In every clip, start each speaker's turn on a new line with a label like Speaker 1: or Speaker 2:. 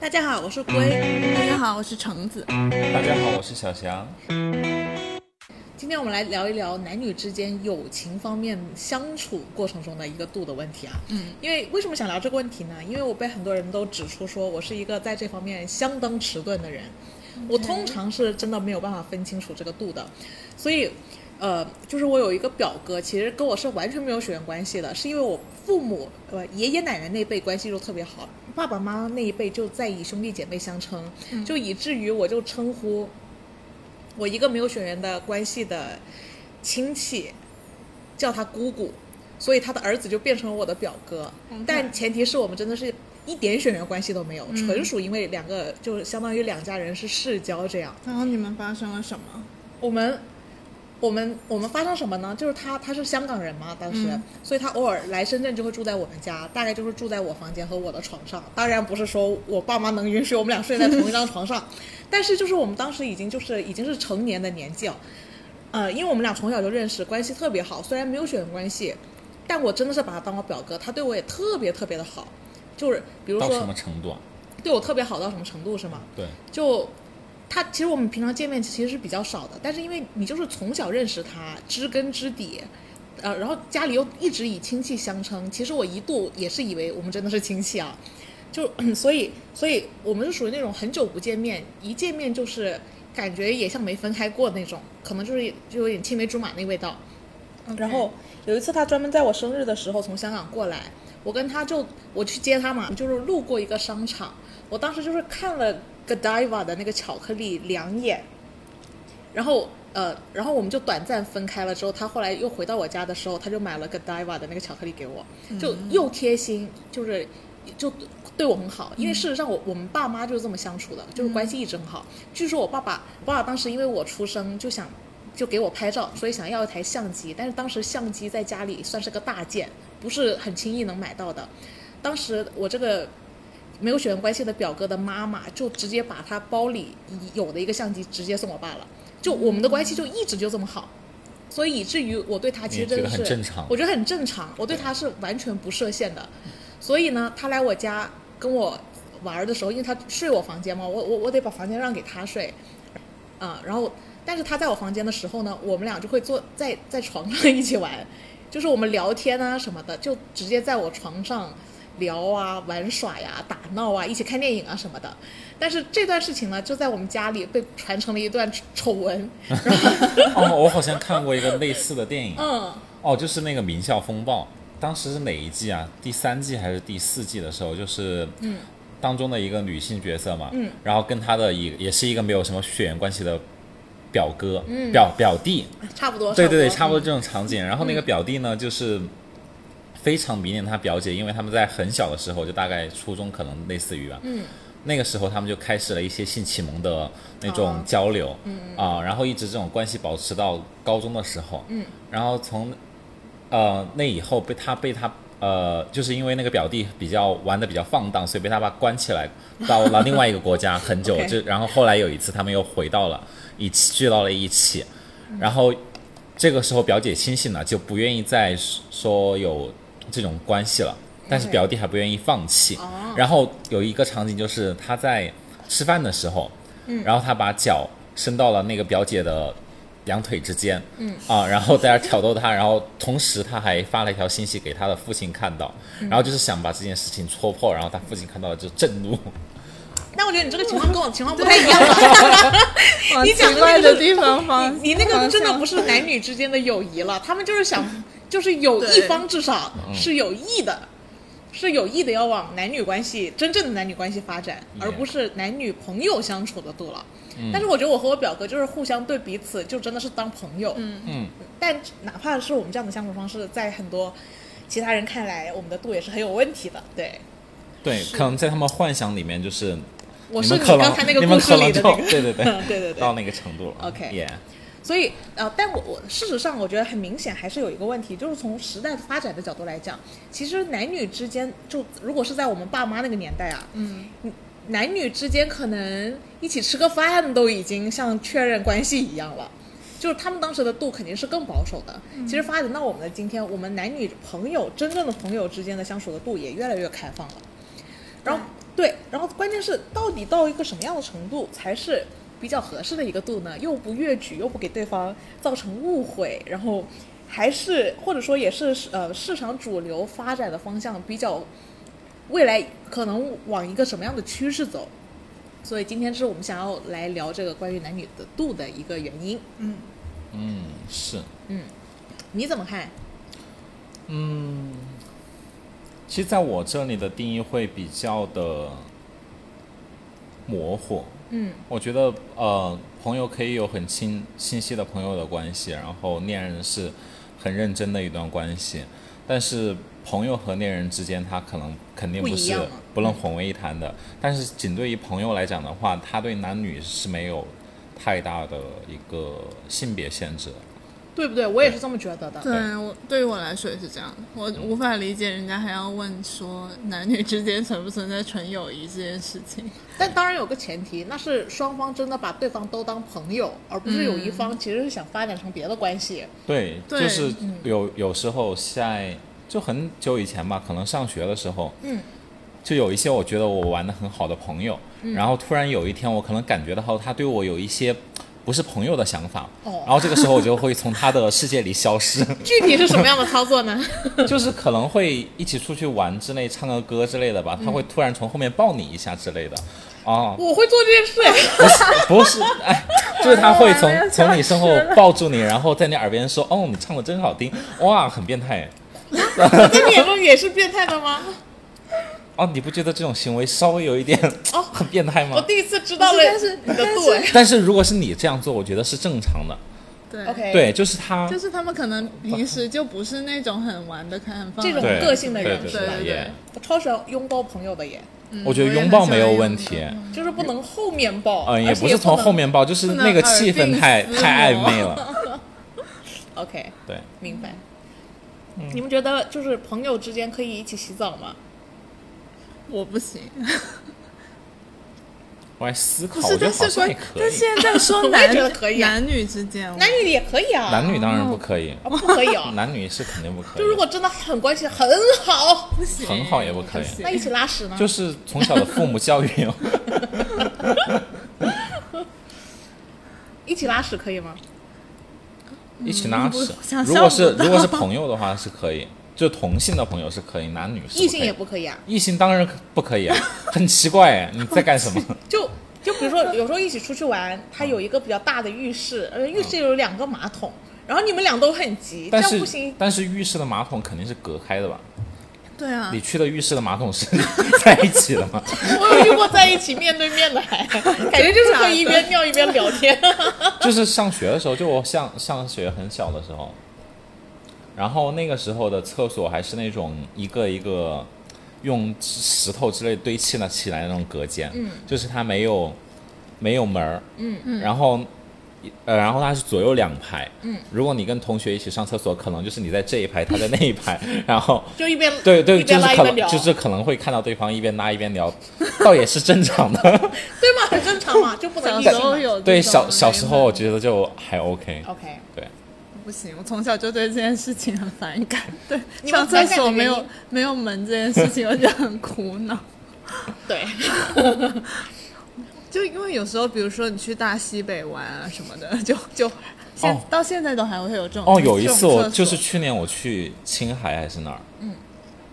Speaker 1: 大家好，我是
Speaker 2: 嗯
Speaker 1: 龟。大家好，我是橙子。
Speaker 2: 大家好，我是小翔。
Speaker 1: 今天我们来聊一聊男女之间友情方面相处过程中的一个度的问题啊。嗯，因为为什么想聊这个问题呢？因为我被很多人都指出说我是一个在这方面相当迟钝的人，我通常是真的没有办法分清楚这个度的，所以。呃，就是我有一个表哥，其实跟我是完全没有血缘关系的，是因为我父母呃爷爷奶奶那辈关系就特别好，爸爸妈妈那一辈就在以兄弟姐妹相称，就以至于我就称呼我一个没有血缘的关系的亲戚叫他姑姑，所以他的儿子就变成了我的表哥。但前提是我们真的是一点血缘关系都没有，纯属因为两个就是相当于两家人是世交这样。
Speaker 3: 然后你们发生了什么？
Speaker 1: 我们。我们我们发生什么呢？就是他他是香港人嘛，当时，
Speaker 3: 嗯
Speaker 1: 所以他偶尔来深圳就会住在我们家，大概就是住在我房间和我的床上。当然不是说我爸妈能允许我们俩睡在同一张床上， 但是就是我们当时已经就是已经是成年的年纪了，呃，因为我们俩从小就认识，关系特别好，虽然没有血缘关系，但我真的是把他当我表哥，他对我也特别特别的好，就是比如
Speaker 2: 到什么
Speaker 1: 说
Speaker 2: 程度啊？
Speaker 1: 对我特别好到什么程度是吗？
Speaker 2: 对，
Speaker 1: 就他其实我们平常见面其实是比较少的，但是因为你就是从小认识他，知根知底。呃，然后家里又一直以亲戚相称，其实我一度也是以为我们真的是亲戚啊，就所以，所以我们是属于那种很久不见面，一见面就是感觉也像没分开过那种，可能就是就有点青梅竹马那味道。然后有一次他专门在我生日的时候从香港过来，我跟他就我去接他嘛，就是路过一个商场，我当时就是看了 Godiva 的那个巧克力两眼，然后呃，然后我们就短暂分开了之后，他后来又回到我家的时候，他就买了 Godiva 的那个巧克力给我，就又贴心，就是就对我很好，因为事实上我我们爸妈就是这么相处的，就是关系一直很好。据说我爸爸，我爸爸当时因为我出生就想。就给我拍照，所以想要一台相机，但是当时相机在家里算是个大件，不是很轻易能买到的。当时我这个没有血缘关系的表哥的妈妈就直接把他包里有的一个相机直接送我爸了，就我们的关系就一直就这么好，所以以至于我对他其实真的
Speaker 2: 你
Speaker 1: 是
Speaker 2: 也觉得很正常
Speaker 1: 我觉得很正常，我对他是完全不设限的。所以呢，他来我家跟我玩儿的时候，因为他睡我房间嘛，我我我得把房间让给他睡，啊、然后但是他在我房间的时候呢，我们俩就会坐在在床上一起玩， 就是我们聊天啊什么的，就直接在我床上聊啊、玩耍呀、打闹啊、一起看电影啊什么的。但是这段事情呢，就在我们家里被传成了一段丑丑闻。
Speaker 2: 哦，我好像看过一个类似的电影，
Speaker 1: 嗯，
Speaker 2: 哦，就是那个《名校风暴》，当时是哪一季啊？第三季还是第四季的时候，就是嗯，当中的一个女性角色嘛，嗯，然后跟她的一也是一个没有什么血缘关系的表哥，嗯，表表弟，
Speaker 1: 差不多。嗯
Speaker 2: 对对对，差
Speaker 1: 差
Speaker 2: 不多
Speaker 1: 不多。
Speaker 2: 这种场景。然后那个表弟呢，就是非常迷恋他表姐，因为他们在很小的时候，就大概初中可能类似于吧，嗯，那个时候他们就开始了一些性启蒙的那种
Speaker 1: 哦
Speaker 2: 交流，嗯啊，然后一直这种关系保持到高中的时候，嗯，然后从呃那以后被他被他。呃，就是因为那个表弟比较玩的比较放荡，所以被他爸关起 来到了另外一个国家很久。
Speaker 1: OK
Speaker 2: 就然后后来有一次他们又回到了一起聚到了一起，
Speaker 1: 嗯
Speaker 2: 然后这个时候表姐清醒了，就不愿意再说有这种关系了，但是
Speaker 1: OK
Speaker 2: 表弟还不愿意放弃
Speaker 1: 哦。
Speaker 2: 然后有一个场景就是他在吃饭的时候，
Speaker 1: 嗯
Speaker 2: 然后他把脚伸到了那个表姐的两腿之间，
Speaker 1: 嗯
Speaker 2: 啊，然后在那挑逗她，然后同时他还发了一条信息给他的父亲看到，
Speaker 1: 嗯
Speaker 2: 然后就是想把这件事情戳破，然后他父亲看到了就震怒。
Speaker 1: 但我觉得你这个情况跟我情况不太一样吧。
Speaker 3: 往
Speaker 1: 你讲
Speaker 3: 奇
Speaker 1: 的
Speaker 3: 怪
Speaker 1: 那个
Speaker 3: 的地方 方，
Speaker 1: 你那个真的不
Speaker 3: 是
Speaker 1: 是男女之间的友谊了，他们就是想，就是有一
Speaker 3: 对
Speaker 1: 方至少是有意
Speaker 2: 嗯
Speaker 1: 的，是有意的要往男女关系真正的男女关系发展，而不是男女朋友相处的度了。
Speaker 2: 嗯
Speaker 1: 但是我觉得我和我表哥就是互相对彼此就真的是当朋友，嗯
Speaker 2: 嗯，
Speaker 1: 但哪怕是我们这样的相处方式，在很多其他人看来，我们的度也是很有问题的。对，
Speaker 2: 对，可能在他们幻想里面就是
Speaker 1: 我
Speaker 2: 你
Speaker 1: 是
Speaker 2: 们
Speaker 1: 你
Speaker 2: 可能
Speaker 1: 刚才那个
Speaker 2: 你
Speaker 1: 故
Speaker 2: 们
Speaker 1: 事
Speaker 2: 可
Speaker 1: 里
Speaker 2: 能
Speaker 1: 的
Speaker 2: 就
Speaker 1: 那个，
Speaker 2: 对对对
Speaker 1: 对对对
Speaker 2: 到那个程度了。
Speaker 1: OK
Speaker 2: 耶，
Speaker 1: 所以呃，但我我事实上我觉得很明显还是有一个问题，就是从时代发展的角度来讲，其实男女之间就如果是在我们爸妈那个年代啊，嗯，男女之间可能一起吃个饭都已经像确认关系一样了。就是他们当时的度肯定是更保守的。其实发展到我们的今天，我们男女朋友真正的朋友之间的相处的度也越来越开放了。然后对，然后关键是到底到一个什么样的程度才是比较合适的一个度呢？又不越矩，又不给对方造成误会，然后还是或者说也是呃市场主流发展的方向比较未来可能往一个什么样的趋势走？所以今天是我们想要来聊这个关于男女的度的一个原因，
Speaker 3: 嗯，
Speaker 2: 嗯，是，
Speaker 1: 你怎么看？
Speaker 2: 嗯，其实在我这里的定义会比较的模糊。
Speaker 1: 嗯
Speaker 2: 我觉得呃，朋友可以有很清清晰的朋友的关系，然后恋人是很认真的一段关系，但是朋友和恋人之间，他可能肯定
Speaker 1: 不
Speaker 2: 不
Speaker 1: 一
Speaker 2: 是
Speaker 1: 样嘛
Speaker 2: 不能混为一谈的。但是仅对于朋友来讲的话，他对男女是没有太大的一个性别限制的。
Speaker 1: 对不对？我也是这么觉得的。
Speaker 3: 对我对于我来说也是这样，我无法理解人家还要问说男女之间存不存在纯友谊这件事情。
Speaker 1: 但当然有个前提，那是双方真的把对方都当朋友，而不是有一方其实是想发展成别的关系。
Speaker 2: 对，
Speaker 3: 对
Speaker 2: 就是
Speaker 1: 嗯
Speaker 2: 有有时候在就很久以前吧，可能上学的时候，
Speaker 1: 嗯，
Speaker 2: 就有一些我觉得我玩的很好的朋友，
Speaker 1: 嗯
Speaker 2: 然后突然有一天我可能感觉到他对我有一些不是朋友的想法，
Speaker 1: 哦
Speaker 2: 然后这个时候我就会从他的世界里消 失，
Speaker 1: 具体是什么样的操作呢？
Speaker 2: 就是可能会一起出去玩之类，唱个歌之类的
Speaker 1: 嗯
Speaker 2: 吧，他会突然从后面抱你一下之类的，哦，
Speaker 1: 我会做这件事 哎，
Speaker 2: 不是 不是， 哎，就是他会从
Speaker 3: 完了要
Speaker 2: 从你身后
Speaker 3: 消失了
Speaker 2: 抱住你，然后在你耳边说：“哦，你唱的真好听，哇，很变态。”
Speaker 1: 我在你眼中也是变态的吗？
Speaker 2: 哦，你不觉得这种行为稍微有一点
Speaker 1: 哦
Speaker 2: 很变态
Speaker 1: 我
Speaker 2: 吗？
Speaker 1: 第一次知道了
Speaker 3: 不是
Speaker 1: 你
Speaker 3: 但是
Speaker 1: 的度哎。
Speaker 2: 但是如果是你这样做，我觉得是正常的。
Speaker 3: 对
Speaker 1: OK，，
Speaker 2: 对，就是他
Speaker 3: 就是他们可能平时就不是那种很玩的、很放
Speaker 1: 这种
Speaker 2: 对
Speaker 1: 个性的人
Speaker 2: 对
Speaker 3: 是
Speaker 2: 对
Speaker 3: 吧
Speaker 2: 耶
Speaker 1: 我超喜欢拥抱朋友的耶，
Speaker 2: 我觉得拥抱没有问题。
Speaker 1: 就是不能后面抱，
Speaker 2: 嗯，也
Speaker 1: 而且
Speaker 2: 不是从
Speaker 1: 能
Speaker 2: 后。面抱，就是
Speaker 3: 不能
Speaker 2: 那个
Speaker 3: 耳
Speaker 2: 气氛
Speaker 3: 鬓
Speaker 2: 太
Speaker 3: 厮
Speaker 2: 太暧
Speaker 3: 磨
Speaker 2: 昧了。
Speaker 1: OK，
Speaker 2: 对，
Speaker 1: 明白。你们觉得就是朋友之间可以一起洗澡吗？
Speaker 3: 我不行。
Speaker 2: 我还思考，
Speaker 3: 不
Speaker 2: 我
Speaker 3: 是，
Speaker 2: 觉得
Speaker 3: 但
Speaker 2: 好
Speaker 3: 是
Speaker 2: 像
Speaker 3: 关
Speaker 2: 也，可
Speaker 3: 但
Speaker 2: 以。
Speaker 3: 现在说
Speaker 1: 我也
Speaker 3: 男
Speaker 1: 觉得可以啊
Speaker 3: 男女之间，我
Speaker 1: 男女也可以啊，
Speaker 2: 男女当然不可以，
Speaker 1: 啊不可
Speaker 3: 哦
Speaker 1: 以啊。
Speaker 2: 男女是肯定不可以
Speaker 1: 就
Speaker 2: 的。
Speaker 1: 如果真的很关系很好，
Speaker 3: 不行，
Speaker 2: 很好也不可以
Speaker 3: 行
Speaker 1: 那一起拉屎呢？
Speaker 2: 就是从小的父母 教育有，
Speaker 1: 一起拉屎可以吗？
Speaker 2: 一起拉屎
Speaker 3: 不想。
Speaker 2: 如果
Speaker 3: 象
Speaker 2: 是
Speaker 3: 不到
Speaker 2: 如果是朋友的话是可以，就同性的朋友是可以，男女是
Speaker 1: 异性
Speaker 2: 可以
Speaker 1: 也不可以啊。
Speaker 2: 异性当然不可以啊，很奇怪哎，你在干什么？
Speaker 1: 就就比如说，有时候一起出去玩，它有一个比较大的浴室，呃，浴室有两个马桶，然后你们俩都很急，这
Speaker 2: 但
Speaker 1: 样
Speaker 2: 是
Speaker 1: 不行。
Speaker 2: 但是浴室的马桶肯定是隔开的吧？
Speaker 3: 对啊
Speaker 2: 你，去的浴室的马桶是 在一起的吗？
Speaker 1: 我有遇过在一起面对面的， 还感觉就是可以一边尿一边聊天。
Speaker 2: 就是上学的时候，就我上上学很小的时候，然后那个时候的厕所还是那种一个一个用石头之类堆砌了起来的那种隔间，嗯，就是它没有没有门儿，嗯嗯，然后。呃，然后它是左右两排，嗯，如果你跟同学一起上厕所，可能就是你在这一排，他在那一排，然后
Speaker 1: 就一边
Speaker 2: 对对，
Speaker 1: 一
Speaker 2: 就
Speaker 1: 边
Speaker 2: 是
Speaker 1: 拉一
Speaker 2: 可能
Speaker 1: 边聊，
Speaker 2: 就是可能会看到对方一边拉一边聊，倒也是正常的。
Speaker 1: 对吗？很正常嘛，就不能
Speaker 3: 小
Speaker 1: 异性
Speaker 3: 时候
Speaker 1: 嘛
Speaker 3: 有
Speaker 2: 对，
Speaker 3: 这种
Speaker 2: 小小时候
Speaker 3: 没
Speaker 2: 我
Speaker 3: 有
Speaker 2: 觉得就还 OK。
Speaker 1: OK，
Speaker 2: 对，
Speaker 3: 不行，我从小就对这件事情很反感。对，
Speaker 1: 你们
Speaker 3: 上厕
Speaker 1: 反感的
Speaker 3: 所没
Speaker 1: 原
Speaker 3: 有
Speaker 1: 因
Speaker 3: 没有门这件事情，我觉得很苦恼。
Speaker 1: 对，
Speaker 3: 就因为有时候，比如说你去大西北玩啊什么的， 就就现、
Speaker 2: 哦
Speaker 3: 到现在都还会有这种
Speaker 2: 哦，有一
Speaker 3: 嗯
Speaker 2: 次
Speaker 3: 这种
Speaker 2: 我
Speaker 3: 厕所
Speaker 2: 就是 去年我去青海还是哪儿，嗯，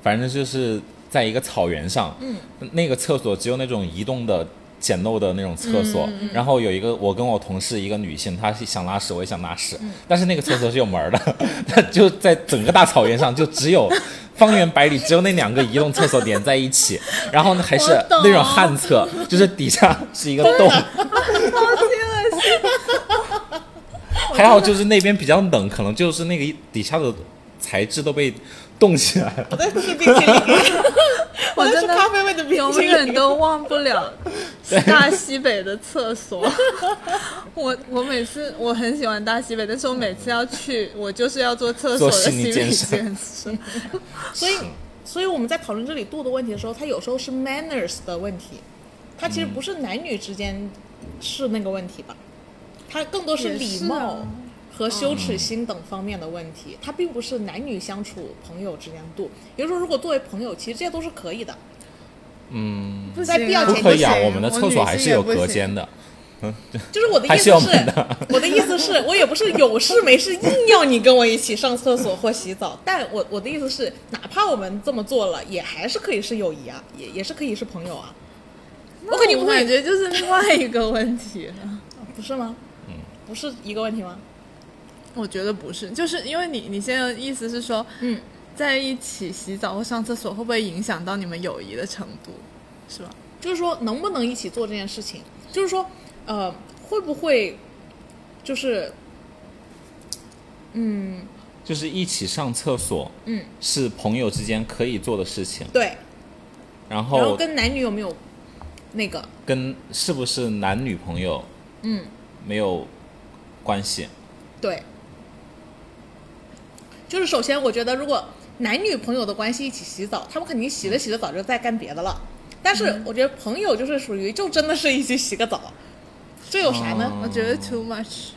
Speaker 2: 反正就是在一个草原上，嗯，那个厕所只有那种移动的。简陋的那种厕所，
Speaker 3: 嗯
Speaker 2: 然后有一个我跟我同事一个女性，她想拉屎，我也想拉屎，
Speaker 3: 嗯
Speaker 2: 但是那个厕所是有门儿的， 她就在整个大草原上，就 只有方圆百里只有那两个移动厕所连在一起，然后呢还是
Speaker 3: 我懂
Speaker 2: 那种旱厕，就是底下是一个洞， 还好就是那边比较冷，可能就是那个底下的材质都被冻起来了。
Speaker 1: 我在吃冰淇淋，
Speaker 3: 我
Speaker 1: 在
Speaker 3: 真
Speaker 1: 吃
Speaker 3: 的
Speaker 1: 咖啡味的冰
Speaker 3: 永
Speaker 1: 淇
Speaker 3: 远
Speaker 1: 淋。
Speaker 3: 都忘不 了大西北的厕所。 我我每次我很喜欢大西北，但是我每次要去，我就是要做厕所
Speaker 2: 做
Speaker 3: 的
Speaker 2: 心理
Speaker 3: 理
Speaker 2: 建
Speaker 3: 建
Speaker 2: 设
Speaker 3: 设。
Speaker 1: 所以，所以我们在讨论这里度的问题的时候，它有时候是 manners 的问题，它其实不是男女之间是那个问题吧，它更多是
Speaker 3: 也
Speaker 1: 礼
Speaker 3: 是啊嗯
Speaker 1: 貌。和羞耻心等方面的问题，它并不是男女相处朋友之间度。也就是说，如果作为朋友，其实这些都是可以的。
Speaker 2: 嗯，
Speaker 3: 不
Speaker 1: 在必要
Speaker 2: 不
Speaker 1: 前
Speaker 2: 可以啊，
Speaker 3: 行
Speaker 2: 我们的厕所还是有隔间。的。
Speaker 1: 就是我的
Speaker 2: 还
Speaker 1: 意
Speaker 2: 是
Speaker 1: 思
Speaker 2: 要
Speaker 1: 是
Speaker 2: 门的，
Speaker 1: 我的意思是我也不是有事没事硬要你跟我一起上厕所或洗澡，但我我的意思是，哪怕我们这么做了，也还是可以是友谊啊，也也是可以是朋友啊，
Speaker 3: 我
Speaker 1: 我肯定不会
Speaker 3: 感觉就是另外一个问题了。
Speaker 1: 不是吗？
Speaker 2: 嗯，
Speaker 1: 不是一个问题吗？
Speaker 3: 我觉得不是，就是因为你你现在的意思是说，
Speaker 1: 嗯，
Speaker 3: 在一起洗澡或上厕所会不会影响到你们友谊的程度，是吧？
Speaker 1: 就是说能不能一起做这件事情，就是说，呃，会不会就是
Speaker 2: 就是一起上厕所
Speaker 1: 嗯
Speaker 2: 是朋友之间可以做的事情，
Speaker 1: 对，
Speaker 2: 然
Speaker 1: 然后
Speaker 2: 后
Speaker 1: 跟男女有没有那个
Speaker 2: 跟是不是男女朋友
Speaker 1: 嗯
Speaker 2: 没有关 系。
Speaker 1: 对，就是首先，我觉得如果男女朋友的关系一起洗澡，他们肯定洗着洗着澡就在干别的了。但是我觉得朋友就是属于就真的是一起洗个澡，这有啥呢？
Speaker 2: 嗯
Speaker 3: 我觉得 too much，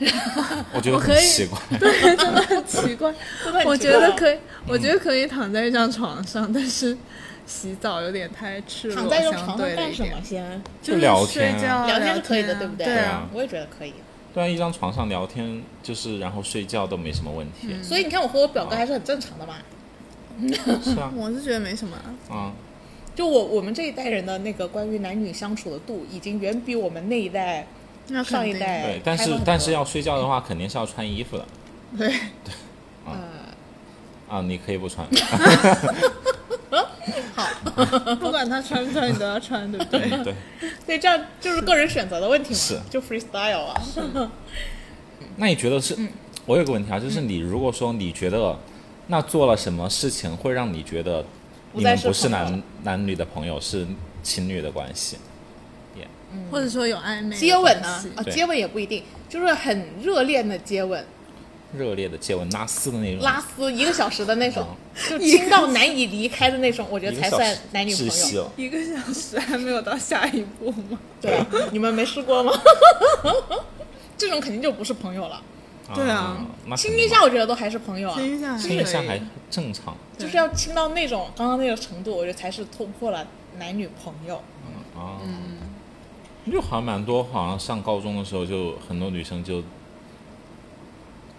Speaker 2: 我觉得
Speaker 3: 我
Speaker 2: 很
Speaker 3: 可以
Speaker 2: 奇怪，
Speaker 3: 对，真的很奇怪。
Speaker 1: 真的很
Speaker 3: 我
Speaker 1: 奇
Speaker 3: 觉
Speaker 1: 怪
Speaker 3: 得
Speaker 1: 啊
Speaker 3: 可以，我觉得可以躺在一张床上，但是洗澡有点太赤裸，
Speaker 1: 躺在这个床
Speaker 3: 相对
Speaker 1: 上
Speaker 3: 了
Speaker 1: 干
Speaker 3: 一
Speaker 1: 什
Speaker 3: 点
Speaker 1: 么？先
Speaker 3: 就是
Speaker 2: 就聊天啊
Speaker 3: 睡觉
Speaker 1: 聊
Speaker 3: 天
Speaker 1: 天是可以的，
Speaker 3: 啊
Speaker 1: 对不对？
Speaker 3: 对啊，
Speaker 1: 我也觉得可以。
Speaker 2: 对啊，一张床上聊天，就是然后睡觉都没什么问 题。
Speaker 1: 所以你看，我和我表哥还是很正常的嘛。
Speaker 2: 是啊，
Speaker 3: 我是觉得没什么啊。
Speaker 2: 啊，
Speaker 1: 就我我们这一代人的那个关于男女相处的度，已经远比我们那一代、
Speaker 3: 那肯
Speaker 1: 上一
Speaker 3: 定
Speaker 1: 代
Speaker 2: 对，但
Speaker 1: 开放
Speaker 2: 是
Speaker 1: 很
Speaker 2: 但
Speaker 1: 多
Speaker 2: 是要睡觉的话，肯定是要穿衣服的
Speaker 3: 对，
Speaker 2: 啊，你可以不 穿。
Speaker 3: 不管他穿不穿，你都要穿，对不 对？
Speaker 2: 嗯对，
Speaker 1: 对，这样就是个人选择的问题嘛，
Speaker 2: 是
Speaker 1: 就 freestyle 啊。
Speaker 2: 那你觉得
Speaker 1: 嗯
Speaker 2: 是？我有个问题啊，就是你如果说你觉得那做了什么事情会让你觉得
Speaker 1: 不
Speaker 2: 你
Speaker 1: 再
Speaker 2: 们
Speaker 1: 是
Speaker 2: 不是
Speaker 1: 朋友
Speaker 2: 男男女的朋友，是情侣的关系？
Speaker 3: 或者说有暧昧的
Speaker 1: 接吻呢
Speaker 3: 关系？
Speaker 1: 啊，
Speaker 2: 对嗯
Speaker 1: 接吻也不一定，就是很热恋的接吻，
Speaker 2: 热烈的接吻、拉丝的那种，
Speaker 1: 拉丝一个小时的那种
Speaker 2: 哦，
Speaker 1: 就亲到难以离开的那种，我觉
Speaker 2: 一
Speaker 1: 得
Speaker 2: 个
Speaker 1: 才
Speaker 2: 小
Speaker 1: 算
Speaker 2: 时
Speaker 1: 男女朋
Speaker 2: 窒息
Speaker 1: 友。
Speaker 2: 了。
Speaker 3: 一个小时还没有到下一步 吗？
Speaker 1: 对啊，你们没试过吗？ 这种肯定就不是朋友了。
Speaker 3: 对啊
Speaker 2: 那肯
Speaker 1: 亲
Speaker 2: 定
Speaker 1: 一下，我觉得都还是朋友啊。
Speaker 3: 亲一下，
Speaker 2: 亲一下还正常。
Speaker 1: 就是要亲到那种刚刚那个程度，我觉得才是突破了男女朋友。
Speaker 2: 啊，
Speaker 1: 嗯
Speaker 2: 就好像蛮多，好像上高中的时候就很多女生就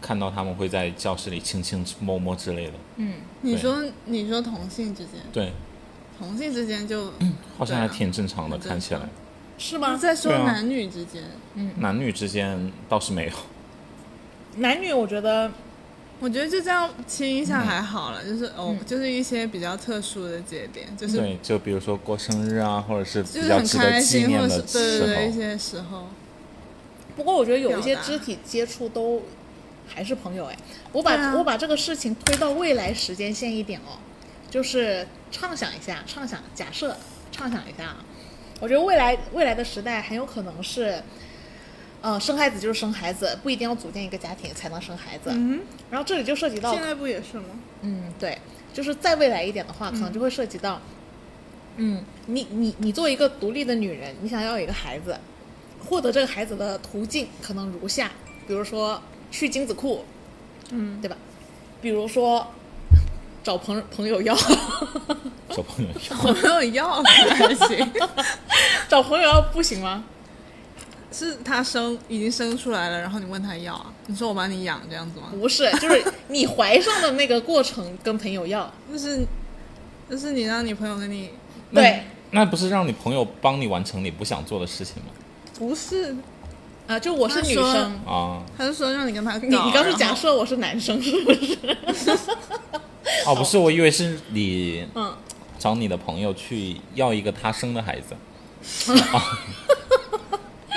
Speaker 2: 看到他们会在教室里亲亲摸摸之类的，
Speaker 1: 嗯，
Speaker 3: 你说你说同性之间，
Speaker 2: 对，
Speaker 3: 同性之间就
Speaker 2: 好像还挺正常的，
Speaker 3: 对啊
Speaker 2: 看起来
Speaker 1: 是吗？
Speaker 3: 再说
Speaker 2: 对啊
Speaker 3: 男女之间，
Speaker 2: 男女之间倒是没有，
Speaker 1: 男女我觉得
Speaker 3: 我觉得就这样亲一下
Speaker 2: 嗯
Speaker 3: 还好了，就是哦，就是一些比较特殊的节点，就是
Speaker 2: 对，就比如说过生日啊，或者是
Speaker 3: 嗯就
Speaker 2: 比
Speaker 3: 是
Speaker 2: 较
Speaker 3: 很
Speaker 2: 值
Speaker 3: 开
Speaker 2: 得纪
Speaker 3: 心，或
Speaker 2: 念
Speaker 3: 者
Speaker 2: 的
Speaker 3: 是对对对一
Speaker 2: 时候，
Speaker 3: 些时候，
Speaker 1: 不过我觉得有一些
Speaker 3: 表达
Speaker 1: 肢体接触都还是朋友哎，我把、
Speaker 3: 对啊
Speaker 1: 我把这个事情推到未来时间线一点哦，就是畅想一下，畅想假设畅想一下啊，我觉得未来未来的时代很有可能是，呃，生孩子就是生孩子，不一定要组建一个家庭才能生孩子，
Speaker 3: 嗯
Speaker 1: 然后这里就涉及
Speaker 3: 哼，
Speaker 1: 到
Speaker 3: 现在不也是吗？
Speaker 1: 嗯，对，就是再未来一点的话，可能就会涉及到，嗯，你你你作为一个独立的女人，你想要有一个孩子，获得这个孩子的途径可能如下，比如说去精子库，
Speaker 3: 嗯，
Speaker 1: 对吧？比如说找朋朋友要，
Speaker 2: 小朋友
Speaker 3: 我没有要 还行，
Speaker 1: 找朋友要不行吗？
Speaker 3: 是他生已经生出来了，然后你问他要啊，你说我把你养这样子吗？
Speaker 1: 不是，就是你怀上的那个过程跟朋友要，
Speaker 3: 就是就是你让你朋友跟你嗯
Speaker 1: 对，
Speaker 2: 那不是让你朋友帮你完成你不想做的事情吗？
Speaker 3: 不是，
Speaker 1: 啊，就我是女
Speaker 3: 他说
Speaker 1: 生。
Speaker 2: 啊，
Speaker 3: 他就说让你跟他搞，
Speaker 1: 你你刚是
Speaker 3: 然后
Speaker 1: 假设我是男生是不是？
Speaker 2: 哦，不是，我以为是你
Speaker 1: 嗯，
Speaker 2: 找你的朋友去要一个他生的孩子。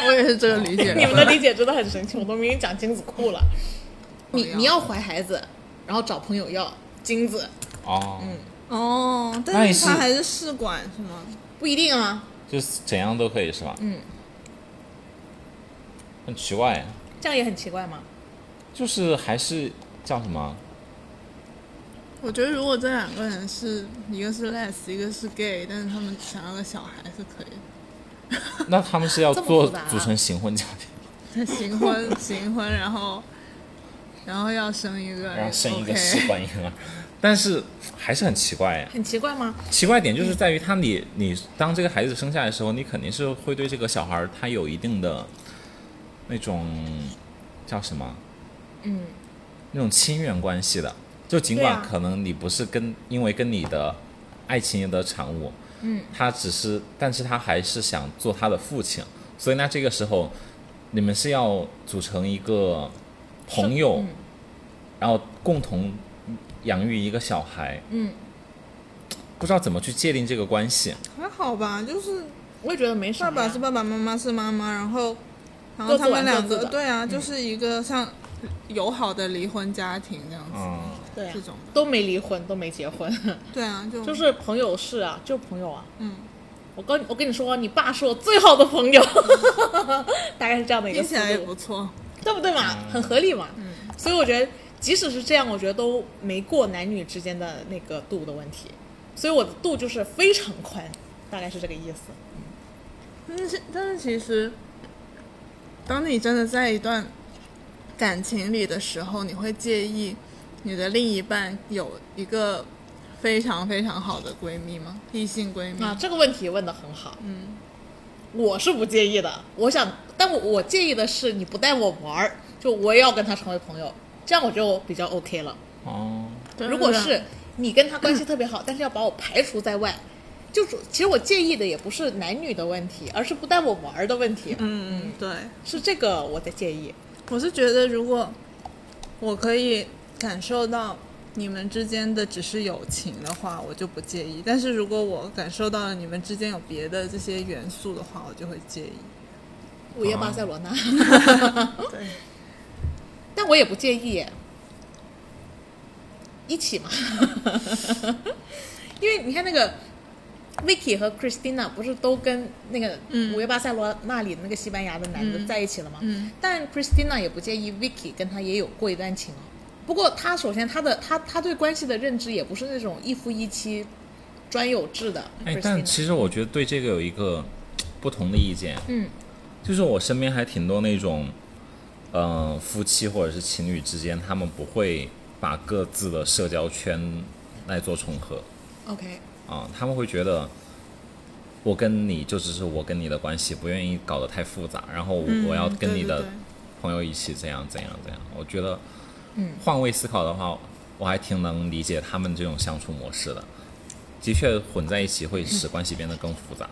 Speaker 3: 我也是这个理解
Speaker 1: 你们的理解真的很神奇，我都明明讲精子库了。你
Speaker 3: 朋友
Speaker 1: 你要怀孩子，然后找朋友要精子，
Speaker 2: 哦，
Speaker 3: 嗯哦，
Speaker 2: 那也
Speaker 3: 但是他
Speaker 2: 是
Speaker 3: 还是试管是吗？
Speaker 1: 不一定啊。
Speaker 2: 就是怎样都可以是吧？
Speaker 1: 嗯，
Speaker 2: 很奇怪，啊
Speaker 1: 这样也很奇怪吗？
Speaker 2: 就是还是叫 什么？啊
Speaker 3: 我觉得如果这两个人是一个是 les，一个是 gay，但是他们想要个小孩是可以的。
Speaker 2: 那他们是要
Speaker 1: 这么
Speaker 2: 做
Speaker 1: 复杂 啊
Speaker 2: 组成形婚家庭，
Speaker 3: 他行婚行婚，然后然后要生一个，
Speaker 2: 然后生一个
Speaker 3: OK
Speaker 2: 试管婴儿，但是还是很奇怪啊呀。
Speaker 1: 很奇怪吗？
Speaker 2: 奇怪点就是在于他你你当这个孩子生下来的时候，你肯定是会对这个小孩儿他有一定的那种叫什么，
Speaker 1: 嗯，
Speaker 2: 那种亲缘关系的。就尽
Speaker 1: 对
Speaker 2: 管
Speaker 1: 啊
Speaker 2: 可能你不是跟因为跟你的爱情的产物，
Speaker 1: 嗯，
Speaker 2: 他只是，但是他还是想做他的父亲，所以那这个时候你们是要组成一个朋友，
Speaker 1: 嗯
Speaker 2: 然后共同养育一个小孩，
Speaker 1: 嗯，
Speaker 2: 不知道怎么去界定这个关系。
Speaker 3: 还好吧，就是
Speaker 1: 我也觉得没什
Speaker 3: 爸
Speaker 1: 么。
Speaker 3: 爸是爸爸，妈妈是妈妈，然后，然
Speaker 1: 各
Speaker 3: 后
Speaker 1: 自
Speaker 3: 他们
Speaker 1: 玩各
Speaker 3: 两
Speaker 1: 自
Speaker 3: 个，
Speaker 1: 的嗯
Speaker 3: 对啊，就是一个像友好的离婚家庭这样子，
Speaker 2: 嗯，
Speaker 1: 对啊
Speaker 3: 这种
Speaker 1: 都没离婚，都没结婚，
Speaker 3: 对啊，就
Speaker 1: 就是朋友是啊，就是朋友啊。
Speaker 3: 嗯，
Speaker 1: 我跟我跟你说，你爸是我最好的朋友， 大概是这样的一个
Speaker 3: 听起
Speaker 1: 思
Speaker 3: 来也
Speaker 1: 路
Speaker 3: 不，错，
Speaker 1: 对不对嘛？很合理嘛。嗯，所以我觉得，即使是这样，我觉得都没过男女之间的那个度的问题。所以我的度就是非常宽，大概是这个意思。
Speaker 3: 但是但是其实，当你真的在一段感情里的时候，你会介意你的另一半有一个非常非常好的闺蜜吗？异性闺蜜？
Speaker 1: 啊，这个问题问的很好。嗯，我是不介意的。我想，但我我介意的是你不带我玩儿，就我也要跟他成为朋友，这样我就比较 OK 了。
Speaker 2: 哦，
Speaker 3: 对
Speaker 1: 如果
Speaker 3: 对
Speaker 1: 是你跟他关系特别好，但是要把我排除在外，就是其实我介意的也不是男女的问题，而是不带我玩儿的问题，
Speaker 3: 嗯，对。
Speaker 1: 是这个我在介意。
Speaker 3: 我是觉得，如果我可以感受到你们之间的只是友情的话，我就不介意；但是如果我感受到了你们之间有别的这些元素的话，我就会介意。
Speaker 1: 午夜巴塞罗那，
Speaker 3: 啊对，
Speaker 1: 但我也不介意，一起嘛， 因为你看那个 Vicky 和 Christina 不是都跟那个
Speaker 3: 嗯
Speaker 1: 午夜巴塞罗那里的那个西班牙的男的在一起了吗？
Speaker 3: 嗯
Speaker 1: 但 Christina 也不介意 Vicky 跟他也有过一段情哦。不过他首先他的他他对关系的认知也不是那种一夫一妻专有制的。
Speaker 2: 哎
Speaker 1: Christina，
Speaker 2: 但其实我觉得对这个有一个不同的意见，
Speaker 1: 嗯
Speaker 2: 就是我身边还挺多那种，呃，夫妻或者是情侣之间，他们不会把各自的社交圈来做重合
Speaker 1: ，OK，
Speaker 2: 啊，他们会觉得。我跟你就只是我跟你的关系，不愿意搞得太复杂。然后我我要跟你
Speaker 3: 嗯
Speaker 2: 的
Speaker 3: 对对对
Speaker 2: 朋友一起怎样怎样怎样。我觉得，嗯，换位思考的话，我还挺能理解他们这种相处模式的。的确，混在一起会使关系变得更复杂。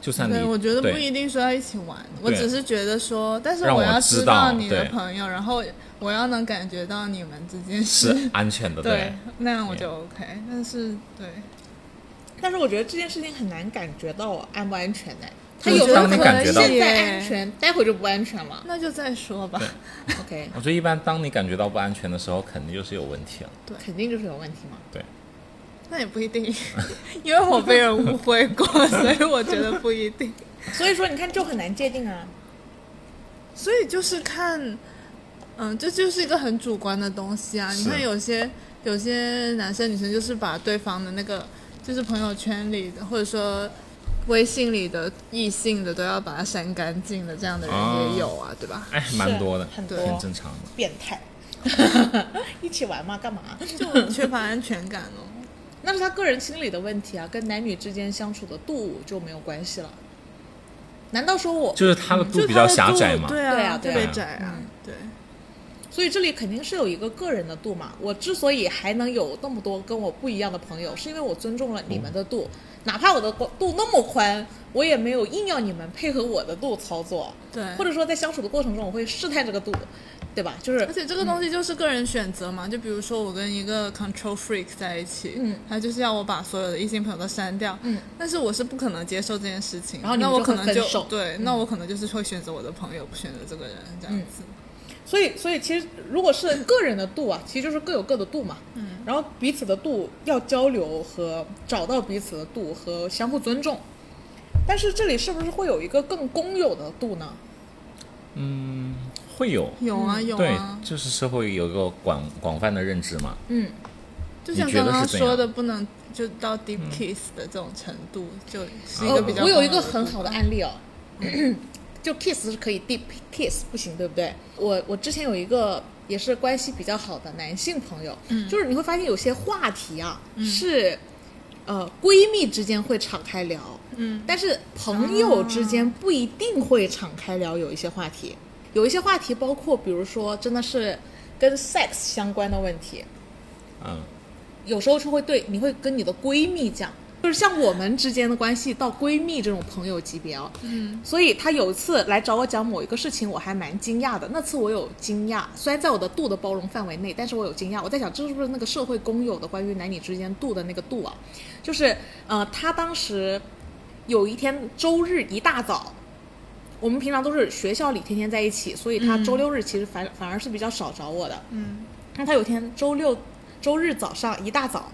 Speaker 2: 就算
Speaker 3: 嗯
Speaker 2: 你
Speaker 3: 对，我觉得不
Speaker 2: 对
Speaker 3: 一定说要一起玩，我
Speaker 2: 对
Speaker 3: 只是觉得说，但是
Speaker 2: 让
Speaker 3: 我
Speaker 2: 我
Speaker 3: 要
Speaker 2: 知
Speaker 3: 知
Speaker 2: 道
Speaker 3: 道你的
Speaker 2: 对
Speaker 3: 朋友，然后我要能感觉到你们之间
Speaker 2: 是安全的，
Speaker 3: 对
Speaker 2: 对，
Speaker 3: 那样我就 OK。但是对，
Speaker 1: 但是我觉得这件事情很难感觉到安不安全呢。他
Speaker 3: 我
Speaker 1: 有
Speaker 3: 觉
Speaker 1: 的
Speaker 3: 得
Speaker 2: 当你
Speaker 1: 可
Speaker 2: 感
Speaker 1: 能
Speaker 2: 觉
Speaker 1: 现
Speaker 2: 到
Speaker 1: 在安全，待会就不安全了。
Speaker 3: 那就再说吧。
Speaker 1: OK，
Speaker 2: 我觉得一般，当你感觉到不安全的时候，肯定就是有问题了。
Speaker 1: 肯定就是有问题嘛。
Speaker 2: 对，
Speaker 3: 那也不一定， 因为我被人误会过， 所以我觉得不一定。
Speaker 1: 所以说你看就很难界定啊。
Speaker 3: 所以就是看，嗯，这就是一个很主观的东西啊。你
Speaker 2: 是
Speaker 3: 看有些有些男生女生就是把对方的那个，就是朋友圈里的或者说微信里的异性的都要把它删干净的，这样的人也有啊，对吧？
Speaker 2: 哎，蛮多的，
Speaker 1: 很多
Speaker 2: 很正常的。
Speaker 1: 变态， 一起玩嘛，干嘛？
Speaker 3: 就
Speaker 2: 啊
Speaker 3: 很缺乏安全感哦。
Speaker 1: 那是他个人心理的问题啊，跟男女之间相处的度就没有关系了。难道说我？
Speaker 2: 就是他的
Speaker 3: 嗯就
Speaker 2: 度比较
Speaker 3: 他的
Speaker 2: 狭窄
Speaker 3: 度
Speaker 2: 嘛，嗯
Speaker 3: 对啊，
Speaker 1: 对啊
Speaker 3: 特
Speaker 1: 对啊
Speaker 3: 别窄啊，对。
Speaker 1: 所以这里肯定是有一个个人的度嘛。我之所以还能有那么多跟我不一样的朋友，是因为我尊重了你们的度，哪怕我的度那么宽，我也没有硬要你们配合我的度操作。
Speaker 3: 对
Speaker 1: 或者说在相处的过程中，我会试探这个度，对吧？就
Speaker 3: 而
Speaker 1: 是
Speaker 3: 且这个东西就是个人选择嘛，就比如说我跟一个 control freak 在一起，
Speaker 1: 嗯
Speaker 3: 他就是要我把所有的异性朋友都删掉，
Speaker 1: 嗯，
Speaker 3: 但是我是不可能接受这件事情，
Speaker 1: 然后你
Speaker 3: 那
Speaker 1: 们
Speaker 3: 我
Speaker 1: 就
Speaker 3: 可
Speaker 1: 会
Speaker 3: 能
Speaker 1: 分
Speaker 3: 就
Speaker 1: 手嗯
Speaker 3: 对，那我可能就是会选择我的朋友，不选择这个人这样子，
Speaker 1: 所以，所以其实如果是个人的度啊，其实就是各有各的度嘛。嗯。然后彼此的度要交流和找到彼此的度和相互尊重，但是这里是不是会有一个更公有的度呢？
Speaker 2: 会有，
Speaker 1: 嗯
Speaker 3: 有啊有
Speaker 2: 对
Speaker 3: 啊，，
Speaker 2: 就是社会有一个广广泛的认知嘛。
Speaker 1: 嗯，
Speaker 3: 就像
Speaker 2: 你觉
Speaker 3: 刚
Speaker 2: 得
Speaker 3: 刚
Speaker 2: 是怎样嗯
Speaker 3: 说的，不能就到 deep kiss 的这种程度，就是一
Speaker 1: 哦我
Speaker 3: 个比较
Speaker 1: 我有一
Speaker 3: 公
Speaker 1: 个
Speaker 3: 的
Speaker 1: 很好的案例哦， 就 kiss 是可以 deep kiss 不行，对不对？我我之前有一个也是关系比较好的男性朋友，
Speaker 3: 嗯
Speaker 1: 就是你会发现有些话题啊、是，呃，闺蜜之间会敞开聊，
Speaker 3: 嗯，
Speaker 1: 但是朋友之间不一定会敞开聊有一些话题，有一些话题包括比如说真的是跟 sex 相关的问题，
Speaker 2: 嗯，
Speaker 1: 有时候是会对你会跟你的闺蜜讲，就是像我们之间的关系到闺蜜这种朋友级别啊。嗯，所以她有一次来找我讲某一个事情，我还蛮惊讶的。那次我有惊讶，虽然在我的度的包容范围内，但是我有惊讶。我在想，这是不是那个社会公有的关于男女之间度的那个度啊？就是呃，她当时有一天周日一大早。我们平常都是学校里天天在一起，所以她周六日其实反、反而是比较少找我的。
Speaker 3: 嗯
Speaker 1: 那他有天周六、周日早上一大早，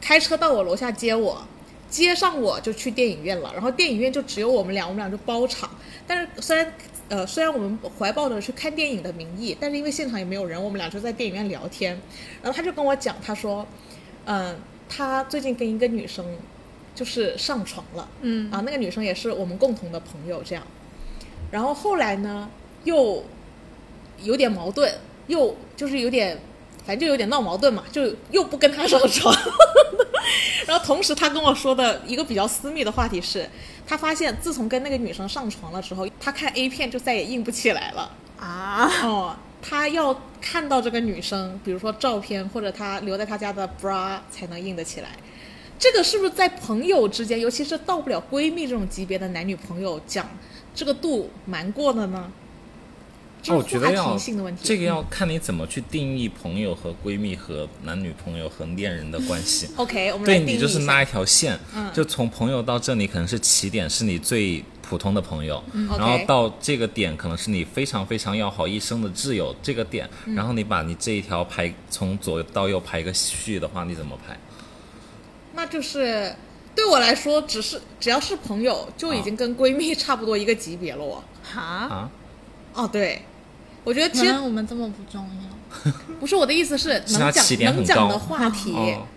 Speaker 1: 开车到我楼下接我，接上我就去电影院了。然后电影院就只有我们俩，我们俩就包场。但是虽然呃虽然我们怀抱着去看电影的名义，但是因为现场也没有人，我们俩就在电影院聊天。然后他就跟我讲，他说，嗯、他最近跟一个女生就是上床了。
Speaker 3: 嗯
Speaker 1: 啊，那个女生也是我们共同的朋友，这样。然后后来呢，又有点矛盾，又就是有点，反正就有点闹矛盾嘛，就又不跟他上床。 然后同时，他跟我说的一个比较私密的话题是，他发现自从跟那个女生上床了之后，他看 A 片就再也硬不起来了。
Speaker 3: 啊，
Speaker 1: 哦，他要看到这个女生，比如说照片或者他留在他家的 bra 才能硬得起来。这个是不是在朋友之间，尤其是到不了闺蜜这种级别的男女朋友讲这个度蛮过的呢？
Speaker 2: 那哦啊我
Speaker 1: 这
Speaker 2: 觉
Speaker 1: 是话
Speaker 2: 得要
Speaker 1: 题性的问题，
Speaker 2: 这个要
Speaker 1: 嗯
Speaker 2: 看你怎么去定义朋友和闺蜜和男女朋友和恋人的关系。
Speaker 1: OK，我们来
Speaker 2: 对
Speaker 1: 定义
Speaker 2: 你就是
Speaker 1: 一下嗯
Speaker 2: 拉一条线，就从朋友到这里可能是起点，是你最普通的朋友，然后
Speaker 1: 嗯 OK
Speaker 2: 到这个点可能是你非常非常要好一生的挚友这个点，
Speaker 1: 嗯
Speaker 2: 然后你把你这一条排从左到右排个序的话，你怎么排？
Speaker 1: 那就是对我来说，只是只要是朋友，就已经跟闺蜜 差不多一个级别了哦。
Speaker 3: 哈，
Speaker 2: 啊，
Speaker 1: 哦，对，我觉得其
Speaker 3: 原
Speaker 1: 实
Speaker 3: 来我们这么不重要，
Speaker 1: 不是我的意思是
Speaker 2: 是
Speaker 1: 能
Speaker 2: 他
Speaker 1: 讲
Speaker 2: 起点
Speaker 1: 能
Speaker 2: 很
Speaker 1: 讲
Speaker 2: 高
Speaker 1: 的话题，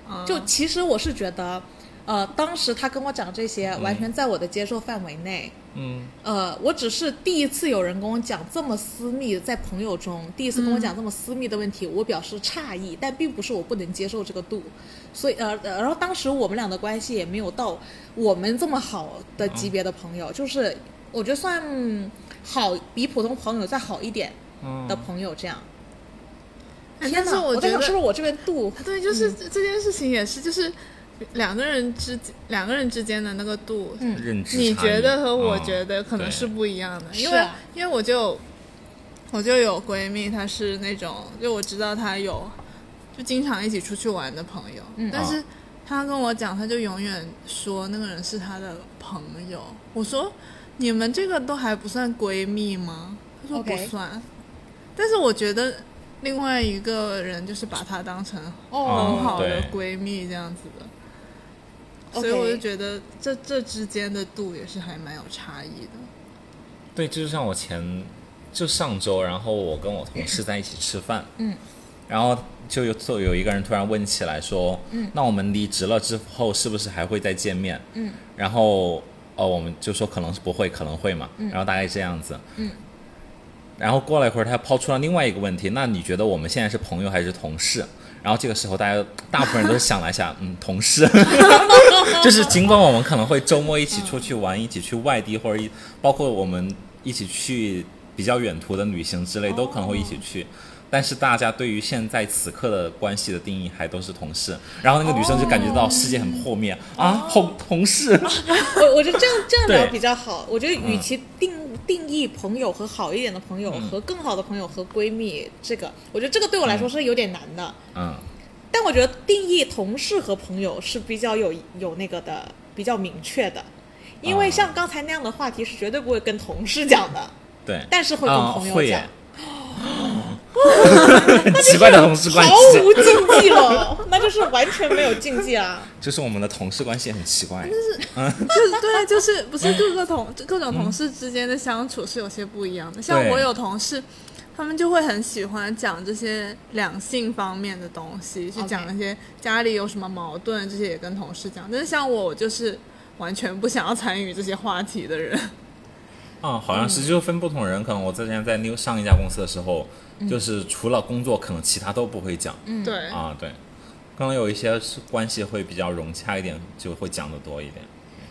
Speaker 2: 哦
Speaker 1: 就其实我是觉得，呃，当时他跟我讲这些，完全在我的接受范围内。
Speaker 2: 嗯，
Speaker 1: 呃，我只是第一次有人跟我讲这么私密，在朋友中第一次跟我讲这么私密的问题，我表示诧异，但并不是我不能接受这个度，所以呃，呃然后当时我们俩的关系也没有到我们这么好的级别的朋友，就是我觉得算好，比普通朋友再好一点
Speaker 2: 嗯
Speaker 1: 的朋友这样。
Speaker 3: 哎
Speaker 1: 天
Speaker 3: 但是
Speaker 1: 哪，
Speaker 3: 我
Speaker 1: 在
Speaker 3: 觉
Speaker 1: 想
Speaker 3: 得
Speaker 1: 是不是我这边度
Speaker 3: 对，就是这这件事情也是，就是两个人之间两个人之间的那个度，
Speaker 1: 嗯
Speaker 2: 认知
Speaker 3: 你
Speaker 2: 差
Speaker 3: 觉
Speaker 2: 异
Speaker 3: 得和我
Speaker 2: 嗯
Speaker 3: 觉得可能
Speaker 2: 对
Speaker 3: 是不一样的，因
Speaker 1: 是
Speaker 3: 为
Speaker 1: 啊
Speaker 3: 因为我就我就有闺蜜，她是那种就我知道她有就经常一起出去玩的朋友，
Speaker 1: 嗯
Speaker 2: 嗯
Speaker 3: 但是她跟我讲，她就永远说那个人是她的朋友。我说你们这个都还不算闺蜜吗？她说不
Speaker 1: OK
Speaker 3: 算但是我觉得另外一个人就是把她当成
Speaker 1: 哦
Speaker 3: 很好的
Speaker 2: 对
Speaker 3: 闺蜜这样子的。
Speaker 1: OK
Speaker 3: 所以我就觉得这这之间的度也是还蛮有差异的。
Speaker 2: 对，就是像我前就上周，然后我跟我同事在一起吃饭，
Speaker 1: 嗯，
Speaker 2: 然后就有就有一个人突然问起来说，嗯，那我们离职了之后是不是还会再见面？嗯，然后哦，我们就说可能是不会，可能会嘛，然后大概这样子，嗯，然后过了一会儿，他抛出了另外一个问题，那你觉得我们现在是朋友还是同事？然后这个时候，大家大部分人都想了一下，嗯，同事。 就是尽管我们可能会周末一起出去玩，一起去外地，或者一包括我们一起去比较远途的旅行之类，都可能会一起去。但是大家对于现在此刻的关系的定义还都是同事，然后那个女生就感觉到世界很破灭、啊，同同 事，
Speaker 1: 我我觉得这样这样聊
Speaker 2: 对嗯
Speaker 1: 比较好。我觉得与其定、定义朋友和好一点的朋友和更好的朋友和闺蜜，这个我觉得这个对我来说是有点难的。
Speaker 2: 嗯，
Speaker 1: 但我觉得定义同事和朋友是比较有有那个的，比较明确的。因为
Speaker 2: 啊
Speaker 1: 像刚才那样的话题是绝对不会跟同事 讲的，
Speaker 2: 对，
Speaker 1: 但是会跟
Speaker 2: 啊
Speaker 1: 朋友
Speaker 2: 会
Speaker 1: 讲
Speaker 2: 耶， 很奇怪的同事关
Speaker 1: 毫
Speaker 2: 系，
Speaker 1: 无禁 忌了，那就是完全没有禁忌啊。
Speaker 2: 就是我们的同事关系很奇 怪，
Speaker 3: 就是对啊，就是不是各个同各种同事之间的相处是有些不一样的。像
Speaker 2: 对
Speaker 3: 我有同事，他们就会很喜欢讲这些两性方面的东西，去
Speaker 1: OK
Speaker 3: 讲一些家里有什么矛盾，这些也跟同事讲。但是像我，我就是完全不想要参与这些话题的人。
Speaker 2: 啊，好像是就分不同人，可能我之前在 new 上一家公司的时候，就是除了工作，可能其他都不会讲。嗯
Speaker 3: 对，
Speaker 2: 啊，对，可能有一些是关系会比较融洽一点，就会讲的多一点。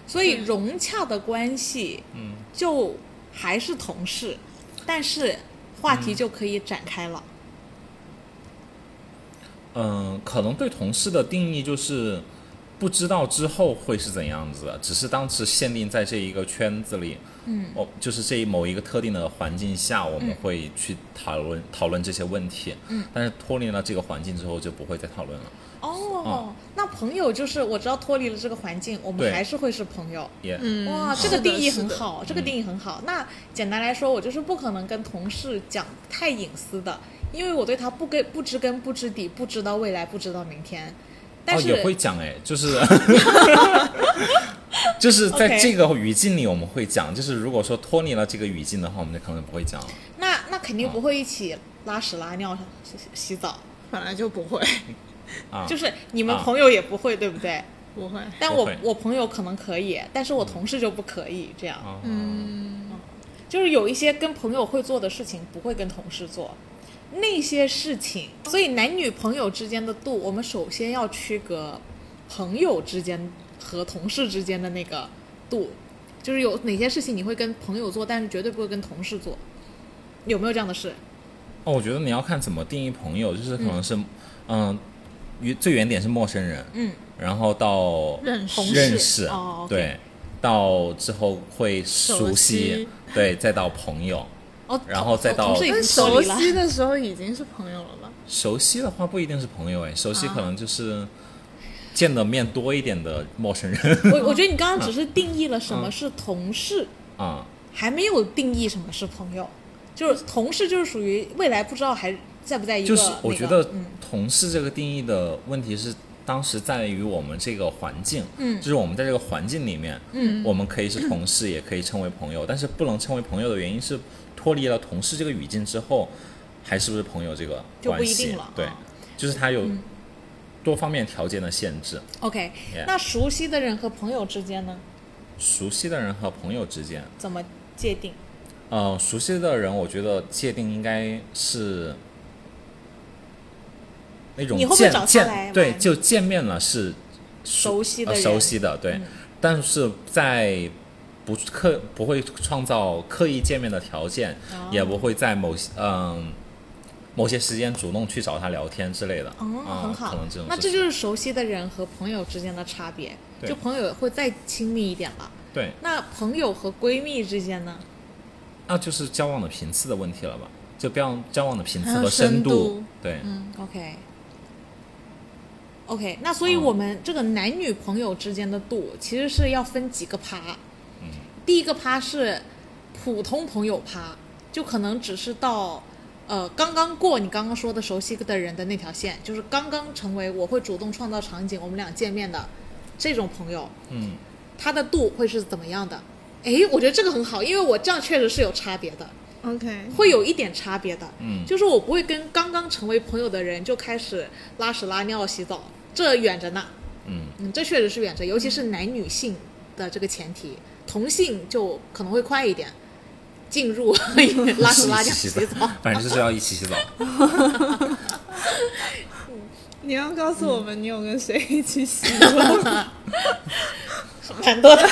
Speaker 1: 所
Speaker 2: 嗯
Speaker 1: 以融洽的关系，嗯，就还是同事，但是话题就可以展开了。
Speaker 2: 嗯，可能对同事的定义就是不知道之后会是怎样子的，只是当时限定在这一个圈子里，嗯，哦，就是这一某一个特定的环境下，我们会去讨论、讨论这些问题，嗯，但是脱离了这个环境之后就不会再讨论了，
Speaker 1: 哦，那朋友就是我知道脱离了这个环境，我们
Speaker 2: 啊对
Speaker 1: 还是会是朋友。
Speaker 2: 也、
Speaker 3: 嗯，
Speaker 1: 哇，这
Speaker 3: 是
Speaker 1: 个
Speaker 3: 的
Speaker 1: 定义
Speaker 3: 是
Speaker 1: 很
Speaker 3: 的嗯
Speaker 1: 好，这个定义很好。那简单来说，我就是不可能跟同事讲太隐私的，因为我对他不跟不知根不知底，不知道未来，不知道明天。但
Speaker 2: 哦
Speaker 1: 是、
Speaker 2: 也会讲 哎，就是就是在
Speaker 1: OK
Speaker 2: 这个语境里我们会讲，就是如果说脱离了这个语境的话，我们就可能不会讲了，
Speaker 1: 那那肯定不会一起拉屎拉尿洗洗澡，
Speaker 3: 本来就不会，
Speaker 2: 啊，
Speaker 1: 就是你们
Speaker 2: 啊
Speaker 1: 朋友也不会，对不对？
Speaker 3: 不会，
Speaker 1: 但
Speaker 2: 不
Speaker 1: 我
Speaker 2: 会嗯
Speaker 1: 我朋友可能可以，但是我同事就不可以这样。
Speaker 2: 啊，
Speaker 1: 嗯就是有一些跟朋友会做的事情不会跟同事做，那些事情，所以男女朋友之间的度，我们首先要区隔朋友之间和同事之间的那个度，就是有哪些事情你会跟朋友做，但是绝对不会跟同事做，有没有这样的事？
Speaker 2: 哦，我觉得你要看怎么定义朋友，就是可能是，嗯，原、最原点是陌生人，
Speaker 1: 嗯，
Speaker 2: 然后到
Speaker 3: 认识同
Speaker 1: 事
Speaker 2: 认识，
Speaker 1: 哦，OK
Speaker 2: 对，到之后会熟
Speaker 3: 熟悉
Speaker 2: 对，再到朋友。
Speaker 1: 哦，
Speaker 2: 然后再到
Speaker 1: 同事已经
Speaker 3: 但
Speaker 1: 脱
Speaker 3: 熟
Speaker 1: 离了，
Speaker 3: 悉的时候已经是朋友了吧？
Speaker 2: 熟悉的话不一定是朋友，哎，熟
Speaker 1: 啊
Speaker 2: 悉可能就是见的面多一点的陌生人
Speaker 1: 我我觉得你刚刚只是定义了什
Speaker 2: 嗯
Speaker 1: 么是同事，
Speaker 2: 啊、
Speaker 1: 还没有定义什么是朋友，就是同事就是属于未来不知道还在不在一个、
Speaker 2: 就是
Speaker 1: 那
Speaker 2: 我
Speaker 1: 个
Speaker 2: 觉得
Speaker 1: 嗯
Speaker 2: 同事这个定义的问题是。当时在于我们这个环境，嗯，就是我们在这个环境里面，嗯，我们可以是同事，也可以称为朋友，但是不能称为朋友的原因是脱离了同事这个语境之后，还是不是朋友这个
Speaker 1: 就不
Speaker 2: 关
Speaker 1: 一
Speaker 2: 系？
Speaker 1: 定了
Speaker 2: 对
Speaker 1: 啊，
Speaker 2: 就是它有多方面条件的限制。
Speaker 1: OK，、
Speaker 2: Yeah
Speaker 1: 那熟悉的人和朋友之间呢，
Speaker 2: 熟悉的人和朋友之间，
Speaker 1: 怎么界定？
Speaker 2: 呃，熟悉的人，我觉得界定应该是那种
Speaker 1: 你会不会
Speaker 2: 见
Speaker 1: 找他来
Speaker 2: 见对，
Speaker 1: 玩
Speaker 2: 就见面了是熟
Speaker 1: 熟悉的
Speaker 2: 呃
Speaker 1: 人嗯
Speaker 2: 熟悉的对，但是在不刻不会创造刻意见面的条件，
Speaker 1: 哦
Speaker 2: 也不会在某些嗯、某些时间主动去找他聊天之类的，
Speaker 1: 哦，
Speaker 2: 啊、
Speaker 1: 很好
Speaker 2: 可能这种，
Speaker 1: 那
Speaker 2: 事
Speaker 1: 这
Speaker 2: 情
Speaker 1: 就是熟悉的人和朋友之间的差别，
Speaker 2: 对
Speaker 1: 就朋友会再亲密一点了。
Speaker 2: 对，
Speaker 1: 那朋友和闺蜜之间呢？
Speaker 2: 那就是交往的频次的问题了吧？就不要交往的频次
Speaker 1: 啊
Speaker 3: 还有
Speaker 2: 和
Speaker 3: 深
Speaker 2: 深
Speaker 3: 度
Speaker 2: 对，
Speaker 1: 嗯 OK。OK，那所以我们这个男女朋友之间的度其实是要分几个趴。第一个趴是普通朋友趴，就可能只是到呃刚刚过你刚刚说的熟悉的人的那条线，就是刚刚成为我会主动创造场景，我们俩见面的这种朋友，
Speaker 2: 嗯
Speaker 1: 他的度会是怎么样的？诶，我觉得这个很好，因为我这样确实是有差别的。
Speaker 3: OK，
Speaker 1: 会有一点差别的，
Speaker 2: 嗯
Speaker 1: 就是我不会跟刚刚成为朋友的人就开始拉屎拉尿洗澡，这远着呢，
Speaker 2: 嗯。
Speaker 1: 嗯，这确实是远着，尤其是男女性的这个前提，同性就可能会快一点进 入拉屎拉尿洗澡，，
Speaker 2: 反正就是要一起洗澡。
Speaker 3: 你要告诉我们
Speaker 1: 嗯
Speaker 3: 你有跟谁一起洗过？
Speaker 1: 蛮多的，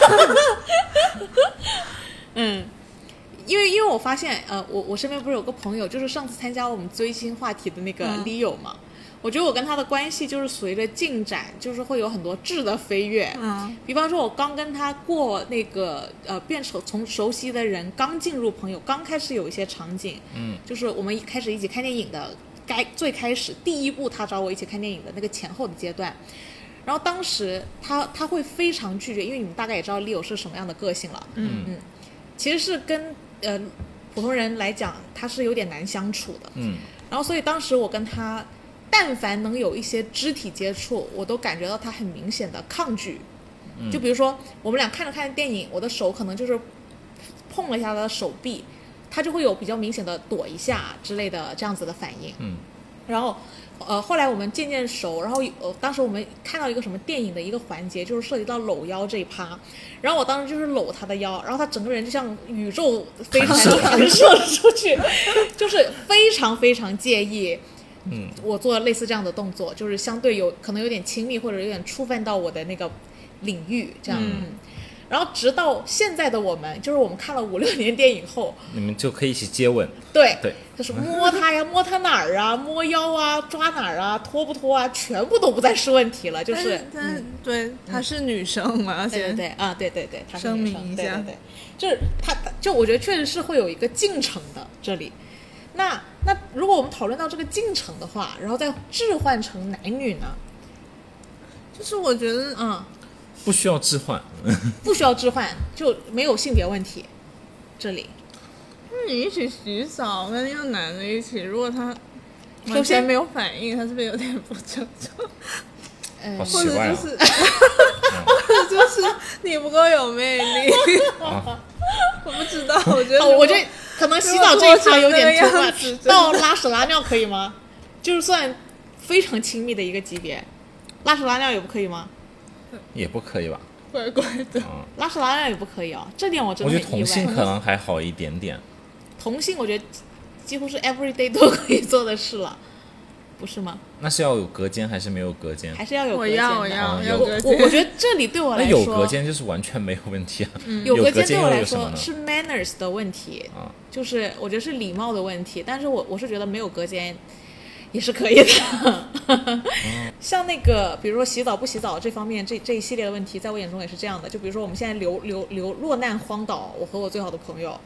Speaker 1: 嗯。因为因为我发现，呃，我我身边不是有个朋友，就是上次参加我们追星话题的那个
Speaker 3: 嗯
Speaker 1: Leo 嘛，我觉得我跟他的关系就是随着进展，就是会有很多质的飞跃，
Speaker 3: 嗯，
Speaker 1: 比方说，我刚跟他过那个呃，变熟从熟悉的人刚进入朋友，刚开始有一些场景，
Speaker 2: 嗯，
Speaker 1: 就是我们一开始一起看电影的，该最开始第一部他找我一起看电影的那个前后的阶段，然后当时他他会非常拒绝，因为你们大概也知道 Leo 是什么样的个性了，
Speaker 2: 嗯
Speaker 1: 嗯，其实是跟呃普通人来讲，他是有点难相处的，
Speaker 2: 嗯
Speaker 1: 然后所以当时我跟他，但凡能有一些肢体接触，我都感觉到他很明显的抗拒。就比如说我们俩看着看着电影，我的手可能就是碰了一下他的手臂，他就会有比较明显的躲一下之类的这样子的反应。
Speaker 2: 嗯
Speaker 1: 然后，呃，后来我们渐渐熟，然后呃，当时我们看到一个什么电影的一个环节，就是涉及到搂腰这一趴，然后我当时就是搂他的腰，然后他整个人就像宇宙飞船弹射出去，就是非常非常介意。
Speaker 2: 嗯，
Speaker 1: 我做类似这样的动作，就是相对有可能有点亲密，或者有点触犯到我的那个领域，这样。嗯然后直到现在的我们，就是我们看了五六年电影后，
Speaker 2: 你们就可以一起接吻。
Speaker 1: 对，
Speaker 2: 对，
Speaker 1: 就是摸他呀，摸他哪儿啊，摸腰啊，抓哪儿啊，脱不脱啊，全部都不再是问题了， 就
Speaker 3: 但
Speaker 1: 是嗯
Speaker 3: 是，但是对，她是女生嘛，而
Speaker 1: 对对
Speaker 3: 且
Speaker 1: 对啊，对对对，他是
Speaker 3: 声
Speaker 1: 女
Speaker 3: 明
Speaker 1: 生
Speaker 3: 一
Speaker 1: 对
Speaker 3: 下
Speaker 1: 对对，就是他，他就我觉得确实是会有一个进程的这里。那那如果我们讨论到这个进程的话，然后再置换成男女呢？
Speaker 3: 就是我觉得
Speaker 1: 嗯，
Speaker 2: 不需要置换。
Speaker 1: 不需要置换，就没有性别问题。这里
Speaker 3: 你一起洗澡跟一个男的一起，如果他
Speaker 1: 首
Speaker 3: 完
Speaker 1: 先
Speaker 3: 全没有反应，他是不是有点不正常？或
Speaker 2: 好 奇
Speaker 3: 者
Speaker 2: 怪
Speaker 3: 就
Speaker 2: 啊！
Speaker 3: 是， 或者就是你不够有魅力，
Speaker 2: 啊
Speaker 3: 我不知道，我觉得如
Speaker 1: 哦，
Speaker 3: 果，
Speaker 1: 我觉得可能洗澡这一趴有点 突
Speaker 3: 如果做成那个
Speaker 1: 然
Speaker 3: 样子，真的
Speaker 1: 到拉屎拉尿可以吗？就是算非常亲密的一个级别，拉屎拉尿也不可以吗？
Speaker 2: 也不可以吧？
Speaker 3: 怪怪的，
Speaker 2: 嗯，
Speaker 1: 拉屎拉尿也不可以哦，这点我真
Speaker 2: 我
Speaker 1: 的
Speaker 2: 觉
Speaker 1: 很
Speaker 2: 得
Speaker 1: 意
Speaker 2: 同
Speaker 1: 外
Speaker 2: 性可能还好一点点。
Speaker 1: 同性我觉得几乎是 every day 都可以做的事了，不是吗？
Speaker 2: 那是要有隔间还是没有隔间
Speaker 1: 还？是要有
Speaker 3: 我
Speaker 1: 隔间
Speaker 3: 要
Speaker 1: 的
Speaker 3: 我
Speaker 2: 哦
Speaker 3: 要
Speaker 2: 有
Speaker 3: 要
Speaker 1: 我
Speaker 3: 隔
Speaker 1: 我我
Speaker 3: 间，
Speaker 1: 觉得这里对我
Speaker 2: 那
Speaker 1: 来
Speaker 2: 有
Speaker 1: 说，嗯
Speaker 2: 隔间就是完全没有问题啊。
Speaker 1: 有
Speaker 2: 有
Speaker 1: 隔
Speaker 2: 隔
Speaker 1: 间对
Speaker 2: 间
Speaker 1: 我
Speaker 2: 又
Speaker 1: 来
Speaker 2: 有什么
Speaker 1: 说
Speaker 2: 呢？
Speaker 1: 是 manners 的问题，
Speaker 2: 啊，
Speaker 1: 就是我觉得是礼貌的问题，但是我我是觉得没有隔间也是可以的。像那个，比如说洗澡不洗澡这方面，这这一系列的问题，在我眼中也是这样的。就比如说我们现在流流流落难荒岛，我和我最好的朋友，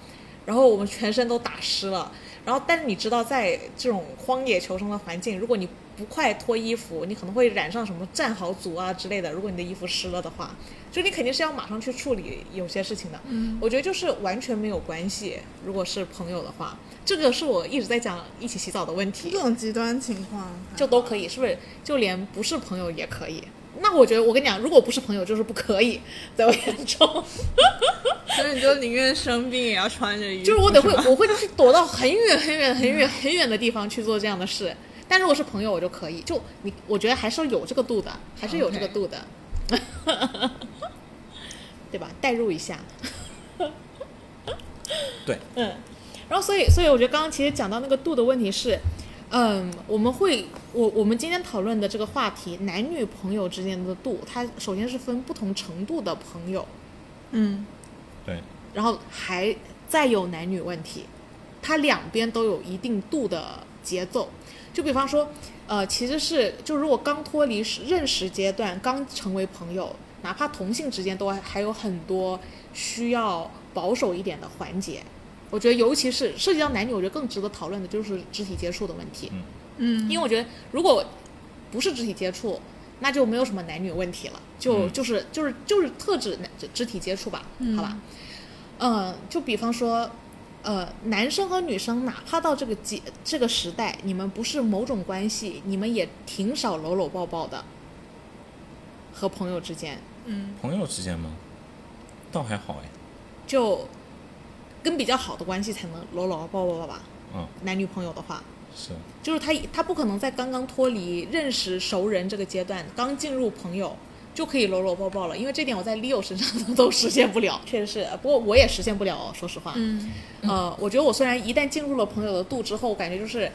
Speaker 1: 然后我们全身都打湿了，然后但是你知道，在这种荒野求生的环境，如果你不快脱衣服，你可能会染上什么战壕族啊之类的。如果你的衣服湿了的话，就你肯定是要马上去处理有些事情的。嗯，我觉得就是完全没有关系。如果是朋友的话，这个是我一直在讲一起洗澡的问题。
Speaker 3: 这种极端情况还
Speaker 1: 就都可以，是不是？就连不是朋友也可以？那我觉得，我跟你讲，如果不是朋友，就是不可以，在我眼中，
Speaker 3: 所以你就宁愿生病也要穿着衣服，
Speaker 1: 就是我得会，我会去躲到很远、很远、很远、很远的地方去做这样的事。但如果是朋友，我就可以。就你，我觉得还是要有这个度的，还是有这个
Speaker 3: OK
Speaker 1: 度的 对吧？代入一下，
Speaker 2: 对，
Speaker 1: 嗯，然后所以所以我觉得刚刚其实讲到那个度的问题是，嗯，我们会我我们今天讨论的这个话题，男女朋友之间的度，它首先是分不同程度的朋友，
Speaker 3: 嗯，
Speaker 2: 对，
Speaker 1: 然后还再有男女问题，它两边都有一定度的节奏。就比方说，呃，其实是就如果刚脱离识认识阶段，刚成为朋友，哪怕同性之间都还还有很多需要保守一点的环节。我觉得，尤其是涉及到男女，我觉得更值得讨论的就是肢体接触的问题。
Speaker 3: 嗯，
Speaker 1: 因为我觉得如果不是肢体接触，那就没有什么男女问题了，就、
Speaker 2: 嗯
Speaker 1: 就是就是就是特指男肢体接触吧，好吧？呃，就比方说，呃，男生和女生哪怕到这个节这个时代，你们不是某种关系，你们也挺少搂搂抱抱的，和朋友之间
Speaker 3: 嗯，
Speaker 2: 朋友之间吗？倒还好哎。
Speaker 1: 就跟比较好的关系才能搂搂抱抱吧，
Speaker 2: 嗯，
Speaker 1: 男女朋友的话，
Speaker 2: 是啊
Speaker 1: 就是他他不可能在刚刚脱离认识熟人这个阶段，刚进入朋友就可以搂搂抱抱了，因为这点我在 Leo 身上 都实现不了，确实是，不过我也实现不了哦，说实话。
Speaker 3: 嗯，
Speaker 1: 呃，我觉得我虽然一旦进入了朋友的度之后，我感觉就是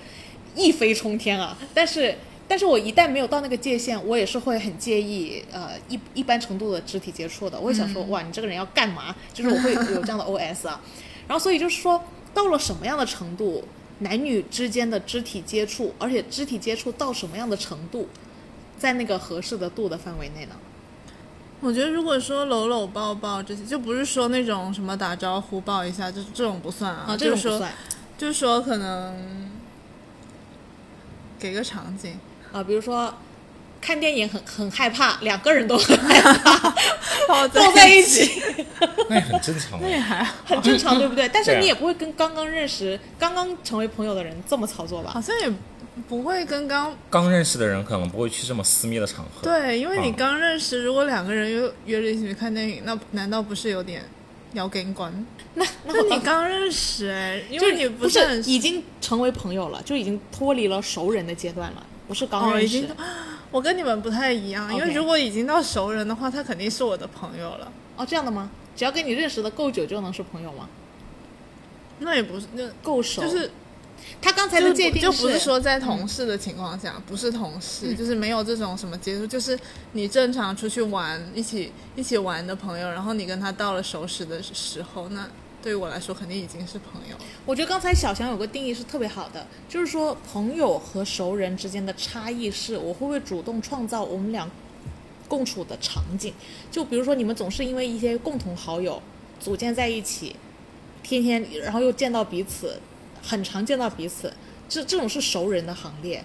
Speaker 1: 一飞冲天啊，但是。但是我一旦没有到那个界限，我也是会很介意，呃，一一般程度的肢体接触的。我也想
Speaker 3: 嗯
Speaker 1: 说，哇，你这个人要干嘛？就是我 会有这样的 OS 啊。然后所以就是说，到了什么样的程度，男女之间的肢体接触，而且肢体接触到什么样的程度，在那个合适的度的范围内呢？啊
Speaker 3: 我觉得如果说搂搂抱抱这些，就不是说那种什么打招呼抱一下，这这种不算啊，
Speaker 1: 啊，这
Speaker 3: 就
Speaker 1: 种
Speaker 3: 是
Speaker 1: 不
Speaker 3: 说
Speaker 1: 算
Speaker 3: 就是说可能给个场景，
Speaker 1: 啊。比如说，看电影很很害怕，两个人 都很害怕，
Speaker 3: 抱
Speaker 1: 抱在一，起
Speaker 2: 那也很正常
Speaker 3: 那也
Speaker 2: 啊。
Speaker 3: 还 好，
Speaker 1: 很 正常，对不对？但是
Speaker 2: 对啊
Speaker 1: 你也不会跟刚刚认识、刚刚成为朋友的人这么操作吧
Speaker 3: 好？像也不会跟刚
Speaker 2: 刚认识的人可能不会去这么私密的场合。
Speaker 3: 对，因为你
Speaker 2: 嗯
Speaker 3: 刚认识，如果两个人约约着一起去看电影，那难道不是有点摇根管。
Speaker 1: 那
Speaker 3: 那
Speaker 1: 那
Speaker 3: 你刚认识哎，因为你
Speaker 1: 不
Speaker 3: 是很
Speaker 1: 已经成为朋友了，就已经脱离了熟人的阶段了，不是刚
Speaker 3: 哦，已
Speaker 1: 认识
Speaker 3: 经。我跟你们不太一样，因为
Speaker 1: OK
Speaker 3: 如果已经到熟人的话，他肯定是我的朋友了。
Speaker 1: 哦，这样的吗？只要跟你认识的够久就能是朋友吗？
Speaker 3: 那也不是，那
Speaker 1: 够熟，
Speaker 3: 就是
Speaker 1: 他刚才
Speaker 3: 就
Speaker 1: 的
Speaker 3: 是
Speaker 1: 界
Speaker 3: 不
Speaker 1: 定嗯
Speaker 3: 就不是说在同事的情况下，不是同事，就是没有这种什么接触，就是你正常出去玩，一起一起玩的朋友，然后你跟他到了熟识的时候，那对于我来说肯定已经是朋友了。
Speaker 1: 我觉得刚才小翔有个定义是特别好的，就是说朋友和熟人之间的差异是，我会不会主动创造我们俩共处的场景？就比如说你们总是因为一些共同好友组建在一起，天天然后又见到彼此，很常见到彼此，这这种是熟人的行列。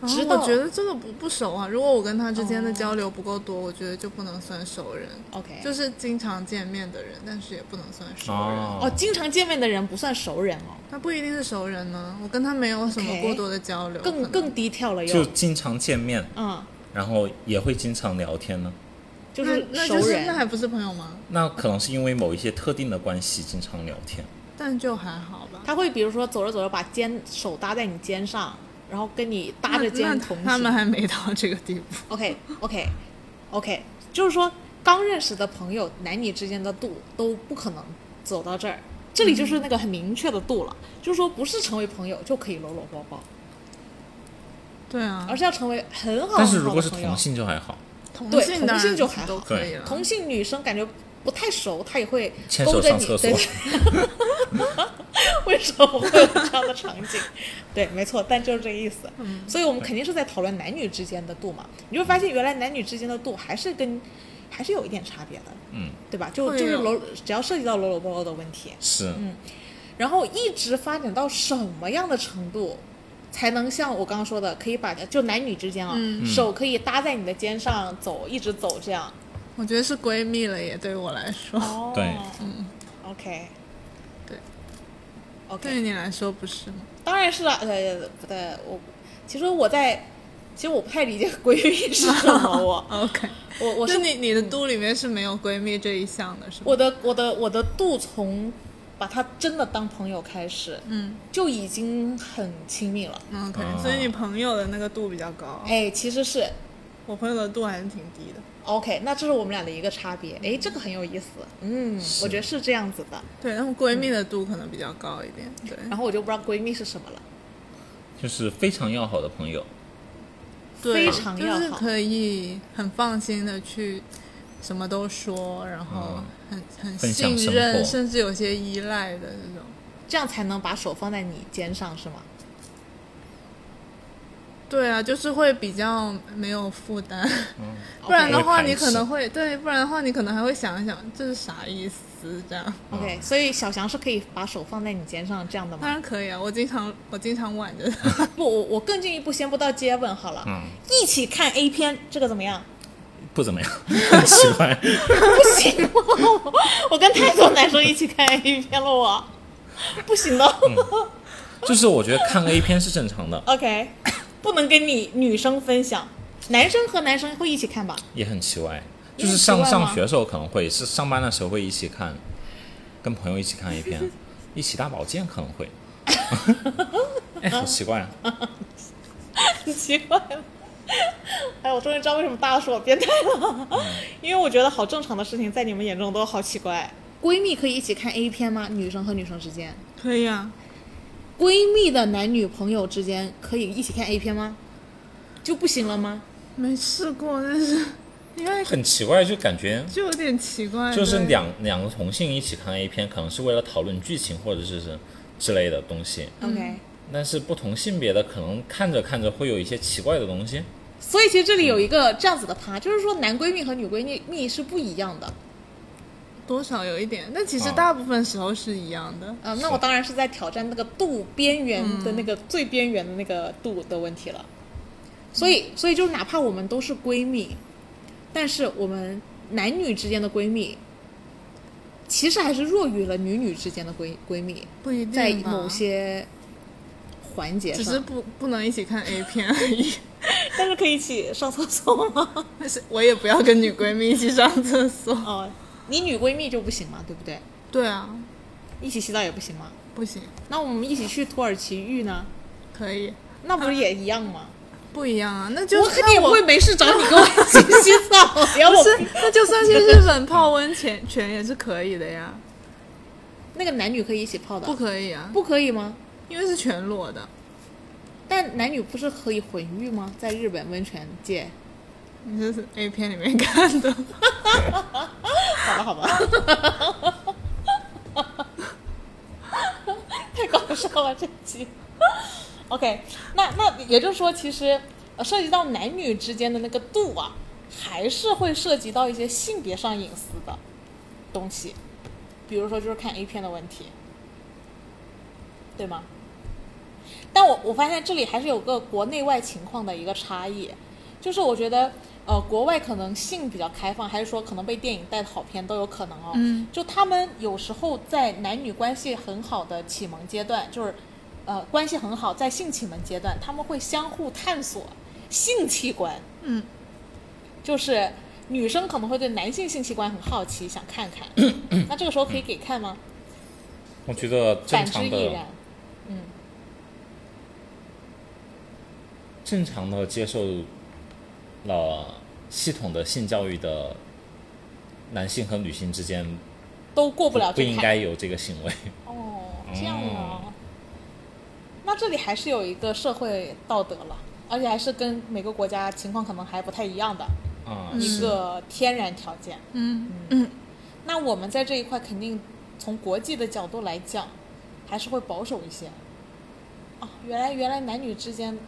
Speaker 3: 然后
Speaker 1: 直
Speaker 3: 我
Speaker 1: 到
Speaker 3: 觉得这个不不熟啊，如果我跟他之
Speaker 1: 哦
Speaker 3: 间的交流不够多，我觉得就不能算熟人，
Speaker 1: OK，
Speaker 3: 就是经常见面的人，但是也不能算熟人。
Speaker 1: 哦，
Speaker 2: 哦，
Speaker 1: 经常见面的人不算熟人哦，
Speaker 3: 那不一定是熟人呢，我跟他没有什么
Speaker 1: OK
Speaker 3: 过多的交流，
Speaker 1: 更
Speaker 3: 可能
Speaker 1: 更低调了
Speaker 2: 就
Speaker 1: 又，
Speaker 2: 经常见面，
Speaker 1: 嗯，
Speaker 2: 然后也会经常聊天呢。
Speaker 1: 就
Speaker 3: 那
Speaker 1: 是
Speaker 3: 那
Speaker 1: 熟
Speaker 3: 就是那
Speaker 1: 人。
Speaker 3: 还不是朋友吗？
Speaker 2: 那可能是因为某一些特定的关系经常聊天。
Speaker 1: 哦
Speaker 3: 但就还好吧。
Speaker 1: 他会比如说走着走着把肩手搭在你肩上，然后跟你搭着
Speaker 3: 那
Speaker 1: 肩
Speaker 3: 那
Speaker 1: 同行。
Speaker 3: 他们还没到这个地步。
Speaker 1: OK OK OK，就是说刚认识的朋友，男女之间的度都不可能走到这儿，这里就是那个很明确的度了，就是说不是成为朋友就可以搂搂抱抱，
Speaker 3: 对啊，
Speaker 1: 而是要成为很好很好的朋友。
Speaker 2: 但是如果是同性就啊还好，
Speaker 3: 同
Speaker 1: 对
Speaker 3: 性
Speaker 1: 同
Speaker 3: 当
Speaker 1: 性
Speaker 3: 然
Speaker 1: 就还
Speaker 3: 都
Speaker 1: 好
Speaker 3: 可以了。
Speaker 1: 同性女生感觉不太熟，她也会
Speaker 2: 牵
Speaker 1: 勾
Speaker 2: 手
Speaker 1: 着
Speaker 2: 上
Speaker 1: 你，
Speaker 2: 厕所
Speaker 1: 对。 为什么会有这样的场 景？对，没错，但就是这个意思。
Speaker 3: 嗯
Speaker 1: 所以我们肯定是在讨论男女之间的度嘛。你就会发现，原来男女之间的度还是跟还是有一点差别的，
Speaker 2: 嗯，
Speaker 1: 对吧？就
Speaker 3: 嗯会
Speaker 1: 就是
Speaker 3: 有
Speaker 1: 搂，只要涉及到搂搂抱抱的问题，
Speaker 2: 是，
Speaker 1: 嗯然后一直发展到什么样的程度，才能像我刚刚说的，可以把就男女之间啊，
Speaker 3: 嗯
Speaker 1: 手可以搭在你的肩上走，一直走这样。
Speaker 3: 我觉得是闺蜜了耶，对于我来说，
Speaker 1: 哦
Speaker 2: 对
Speaker 1: 嗯，OK，
Speaker 3: 对 对于
Speaker 1: ，OK，
Speaker 3: 你来说不是吗？
Speaker 1: 当然是了，呃，不对，我其实我在，其实我不太理解 闺蜜是什么，我
Speaker 3: OK，
Speaker 1: 我我
Speaker 3: 就是你你的度里面是没有闺蜜这一项的，是吗？
Speaker 1: 我的我的我的度从把她真的当朋友开始，
Speaker 3: 嗯
Speaker 1: 就已经很亲密了。
Speaker 3: 嗯，OK，、
Speaker 2: 啊
Speaker 3: 所以你朋友的那个度比较高，
Speaker 1: 哎，其实是
Speaker 3: 我朋友的度还是挺低的。
Speaker 1: OK，那这是我们俩的一个差别。哎，这个很有意思，嗯，
Speaker 2: 是
Speaker 1: 我觉得是这样子的。
Speaker 3: 对，然后闺蜜的度可能比较高一点。对，
Speaker 1: 然后我就不知道闺蜜是什么了。
Speaker 2: 就是非常要好的朋友。
Speaker 3: 对
Speaker 2: 啊
Speaker 1: 非常要好
Speaker 3: 就是可以很放心的去什么都说，然后很、很
Speaker 2: 嗯分享
Speaker 3: 信
Speaker 2: 生活
Speaker 3: 任，甚至有些依赖的这种。
Speaker 1: 这样才能把手放在你肩上，是吗？
Speaker 3: 对啊，就是会比较没有负担，
Speaker 2: 嗯
Speaker 3: 不然的话
Speaker 2: 会排斥
Speaker 3: 你可能会对，不然的话你可能还会想一想这是啥意思这样。
Speaker 1: OK，所以小翔是可以把手放在你肩上这样的
Speaker 3: 当
Speaker 1: 吗？
Speaker 3: 然可以啊，我经常我经常挽着 他。
Speaker 1: 不，我我更进一步，先不到接吻好了，
Speaker 2: 嗯，
Speaker 1: 一起看 A 片，这个怎么样？
Speaker 2: 不怎么样，很奇怪。
Speaker 1: 不行，我我跟太多男生一起看 A 片了，我不行哦的。
Speaker 2: 就是我觉得看 A 片是正常的，
Speaker 1: OK，不能跟你女生分享，男生和男生会一起看吧？
Speaker 2: 也很奇怪。
Speaker 1: 也
Speaker 2: 就
Speaker 1: 很
Speaker 2: 是
Speaker 1: 奇
Speaker 2: 上
Speaker 1: 怪吗
Speaker 2: 上学的时候可能会，是上班的时候会一起看，跟朋友一起看 A 片，一起大保健可能会。 哎，好奇怪啊！
Speaker 1: 很奇怪了。哎，我终于知道为什么大家说我变态了，因为我觉得好正常的事情，在你们眼中都好奇怪。闺蜜可以一起看 A 片吗？女生和女生之间，
Speaker 3: 可以啊，
Speaker 1: 闺蜜的男女朋友之间可以一起看 A 片吗？就不行了吗？
Speaker 3: 没试过，但是 因为
Speaker 2: 很奇怪，就感觉
Speaker 3: 就有点奇怪。
Speaker 2: 就是
Speaker 3: 嗯对
Speaker 2: 两两个同性一起看 A 片，可能是为了讨论剧情或者是是之类的东西。
Speaker 1: OK，、
Speaker 2: 但是不同性别的可能看着看着会有一些奇怪的东西。
Speaker 1: 所以其实这里有一个这样子的趴，就是说男闺蜜和女闺蜜蜜是不一样的。
Speaker 3: 多少有一点，但其实
Speaker 2: 啊
Speaker 3: 大部分时候是一样的。
Speaker 1: 嗯、那我当然是在挑战那个度边缘的那个、最边缘的那个度的问题了。所以，所以就是哪怕我们都是闺蜜，但是我们男女之间的闺蜜，其实还是弱于了女女之间的闺闺蜜，
Speaker 3: 不一定
Speaker 1: 在
Speaker 3: 吧
Speaker 1: 某些环节
Speaker 3: 只是
Speaker 1: 上。
Speaker 3: 不不能一起看 A 片而已。
Speaker 1: 但是可以一起上厕所 吗？
Speaker 3: 但是我也不要跟女闺蜜一起上厕所。
Speaker 1: 哦，你女闺蜜就不行嘛，对不对？
Speaker 3: 对啊，
Speaker 1: 一起洗澡也不行吗？
Speaker 3: 不行，
Speaker 1: 那我们一起去土耳其浴呢？
Speaker 3: 可以，
Speaker 1: 那不是也一样吗？
Speaker 3: 不一样啊，那就
Speaker 1: 我肯
Speaker 3: 那
Speaker 1: 定也会没事找你跟我一起洗澡呀！
Speaker 3: 不
Speaker 1: 我
Speaker 3: 是，那就算去日本泡温泉 泉也是可以的呀，
Speaker 1: 那个男女可以一起泡的，
Speaker 3: 不可以啊，
Speaker 1: 不可以吗？
Speaker 3: 因为是全裸的，
Speaker 1: 但男女不是可以混浴吗？在日本温泉界，
Speaker 3: 你这是 A 片里面看的，
Speaker 1: 好吧，好吧， 太搞笑了这期。OK，那那也就是说，其实呃涉及到男女之间的那个度啊，还是会涉及到一些性别上隐私的东西，比如说就是看 A 片的问题，对吗？但我我发现这里还是有个国内外情况的一个差异，就是我觉得呃国外可能性比较开放，还是说可能被电影带的好片都有可能哦。
Speaker 3: 嗯，
Speaker 1: 就他们有时候在男女关系很好的启蒙阶段，就是呃关系很好，在性启蒙阶段，他们会相互探索性器官。
Speaker 3: 嗯，
Speaker 1: 就是女生可能会对男性性器官很好奇，想看 看。那这个时候可以给看吗？
Speaker 2: 我觉得正
Speaker 1: 感知
Speaker 2: 常
Speaker 1: 亦
Speaker 2: 的
Speaker 1: 然。嗯，
Speaker 2: 正常的接受了系统的性教育的男性和女性之间
Speaker 1: 都过不了
Speaker 2: 不
Speaker 1: 这
Speaker 2: 应
Speaker 1: 坎。
Speaker 2: 该有这个行为。
Speaker 1: 哦，这样啊。那这里还是有一个社会道德了，而且还是跟每个国家情况可能还不太一样的
Speaker 2: 啊，
Speaker 1: 一
Speaker 2: 是
Speaker 1: 个天然条件。
Speaker 3: 嗯嗯，
Speaker 1: 那我们在这一块肯定从国际的角度来讲，还是会保守一些。啊，原来原来男女之间，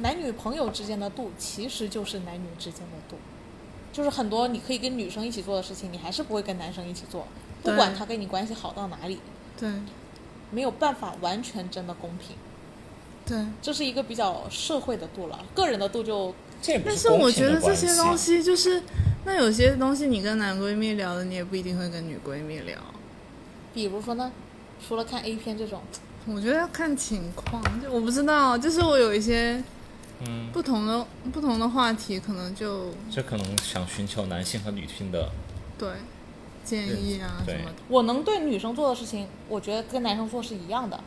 Speaker 1: 男女朋友之间的度其实就是男女之间的度，就是很多你可以跟女生一起做的事情，你还是不会跟男生一起做，不
Speaker 3: 对
Speaker 1: 管他跟你关系好到哪里，
Speaker 3: 对
Speaker 1: 没有办法完全真的公平。
Speaker 3: 对。
Speaker 1: 这是一个比较社会的度了，个人的度就
Speaker 2: 这也不
Speaker 3: 但
Speaker 2: 是
Speaker 3: 是
Speaker 2: 公
Speaker 3: 我
Speaker 2: 平
Speaker 3: 觉
Speaker 2: 的
Speaker 3: 得这
Speaker 2: 关
Speaker 3: 些
Speaker 2: 系
Speaker 3: 东西就是，那有些东西你跟男闺蜜聊的，你也不一定会跟女闺蜜聊。
Speaker 1: 比如说呢，除了看 A 片这种，
Speaker 3: 我觉得要看情况，就我不知道，就是我有一些
Speaker 2: 嗯，
Speaker 3: 不同的不同的话题，可能就
Speaker 2: 这可能想寻求男性和女性的
Speaker 3: 对建议啊
Speaker 2: 对
Speaker 3: 什么的。
Speaker 1: 我能对女生做的事情，我觉得跟男生做是一样的，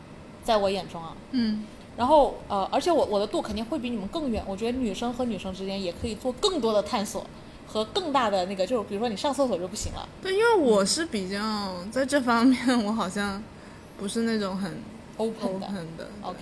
Speaker 1: 在我眼中啊。
Speaker 3: 嗯，
Speaker 1: 然后呃，而且我我的度肯定会比你们更远。我觉得女生和女生之间也可以做更多的探索和更大的那个，就是比如说你上厕所就不行了，
Speaker 3: 对，因为我是比较在这方面，我好像不是那种很
Speaker 1: 嗯 open 的。
Speaker 3: open 的。
Speaker 1: OK，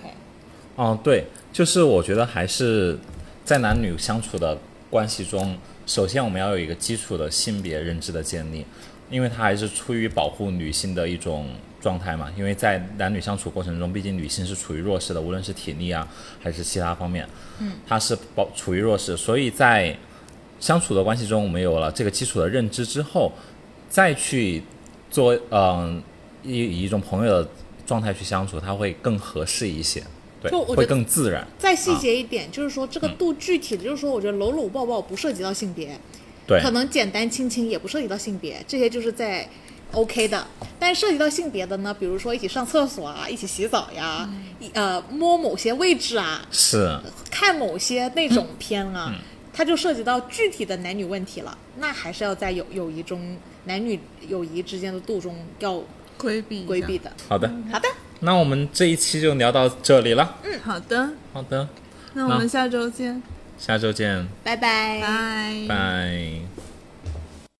Speaker 2: 嗯，对，就是我觉得还是在男女相处的关系中，首先我们要有一个基础的性别认知的建立，因为它还是出于保护女性的一种状态嘛。因为在男女相处过程中，毕竟女性是处于弱势的，无论是体力啊还是其他方面，嗯，她是保处于弱势，所以在相处的关系中，我们有了这个基础的认知之后，再去做嗯、以以一种朋友的状态去相处，它会更合适一些。对
Speaker 1: 就我，觉
Speaker 2: 会
Speaker 1: 得
Speaker 2: 更自然。
Speaker 1: 再细节一点，就是说这个度具体的，就是说我觉得搂搂抱抱不涉及到性别，
Speaker 2: 对，
Speaker 1: 可能简单亲亲也不涉及到性别，这些就是在 OK 的。但涉及到性别的呢，比如说一起上厕所啊，一起洗澡呀，一呃摸某些位置啊，
Speaker 2: 是
Speaker 1: 看某些那种片啊，它就涉及到具体的男女问题了。那还是要在友友谊中，男女友谊之间的度中要
Speaker 3: 规避一下
Speaker 1: 规避。的。
Speaker 2: 好的。
Speaker 1: 好的，
Speaker 2: 那我们这一期就聊到这里了。
Speaker 3: 嗯，好的，
Speaker 2: 好的，
Speaker 3: 那我们下周见，
Speaker 2: 下周见，
Speaker 1: 拜拜。
Speaker 3: 拜。
Speaker 2: 拜。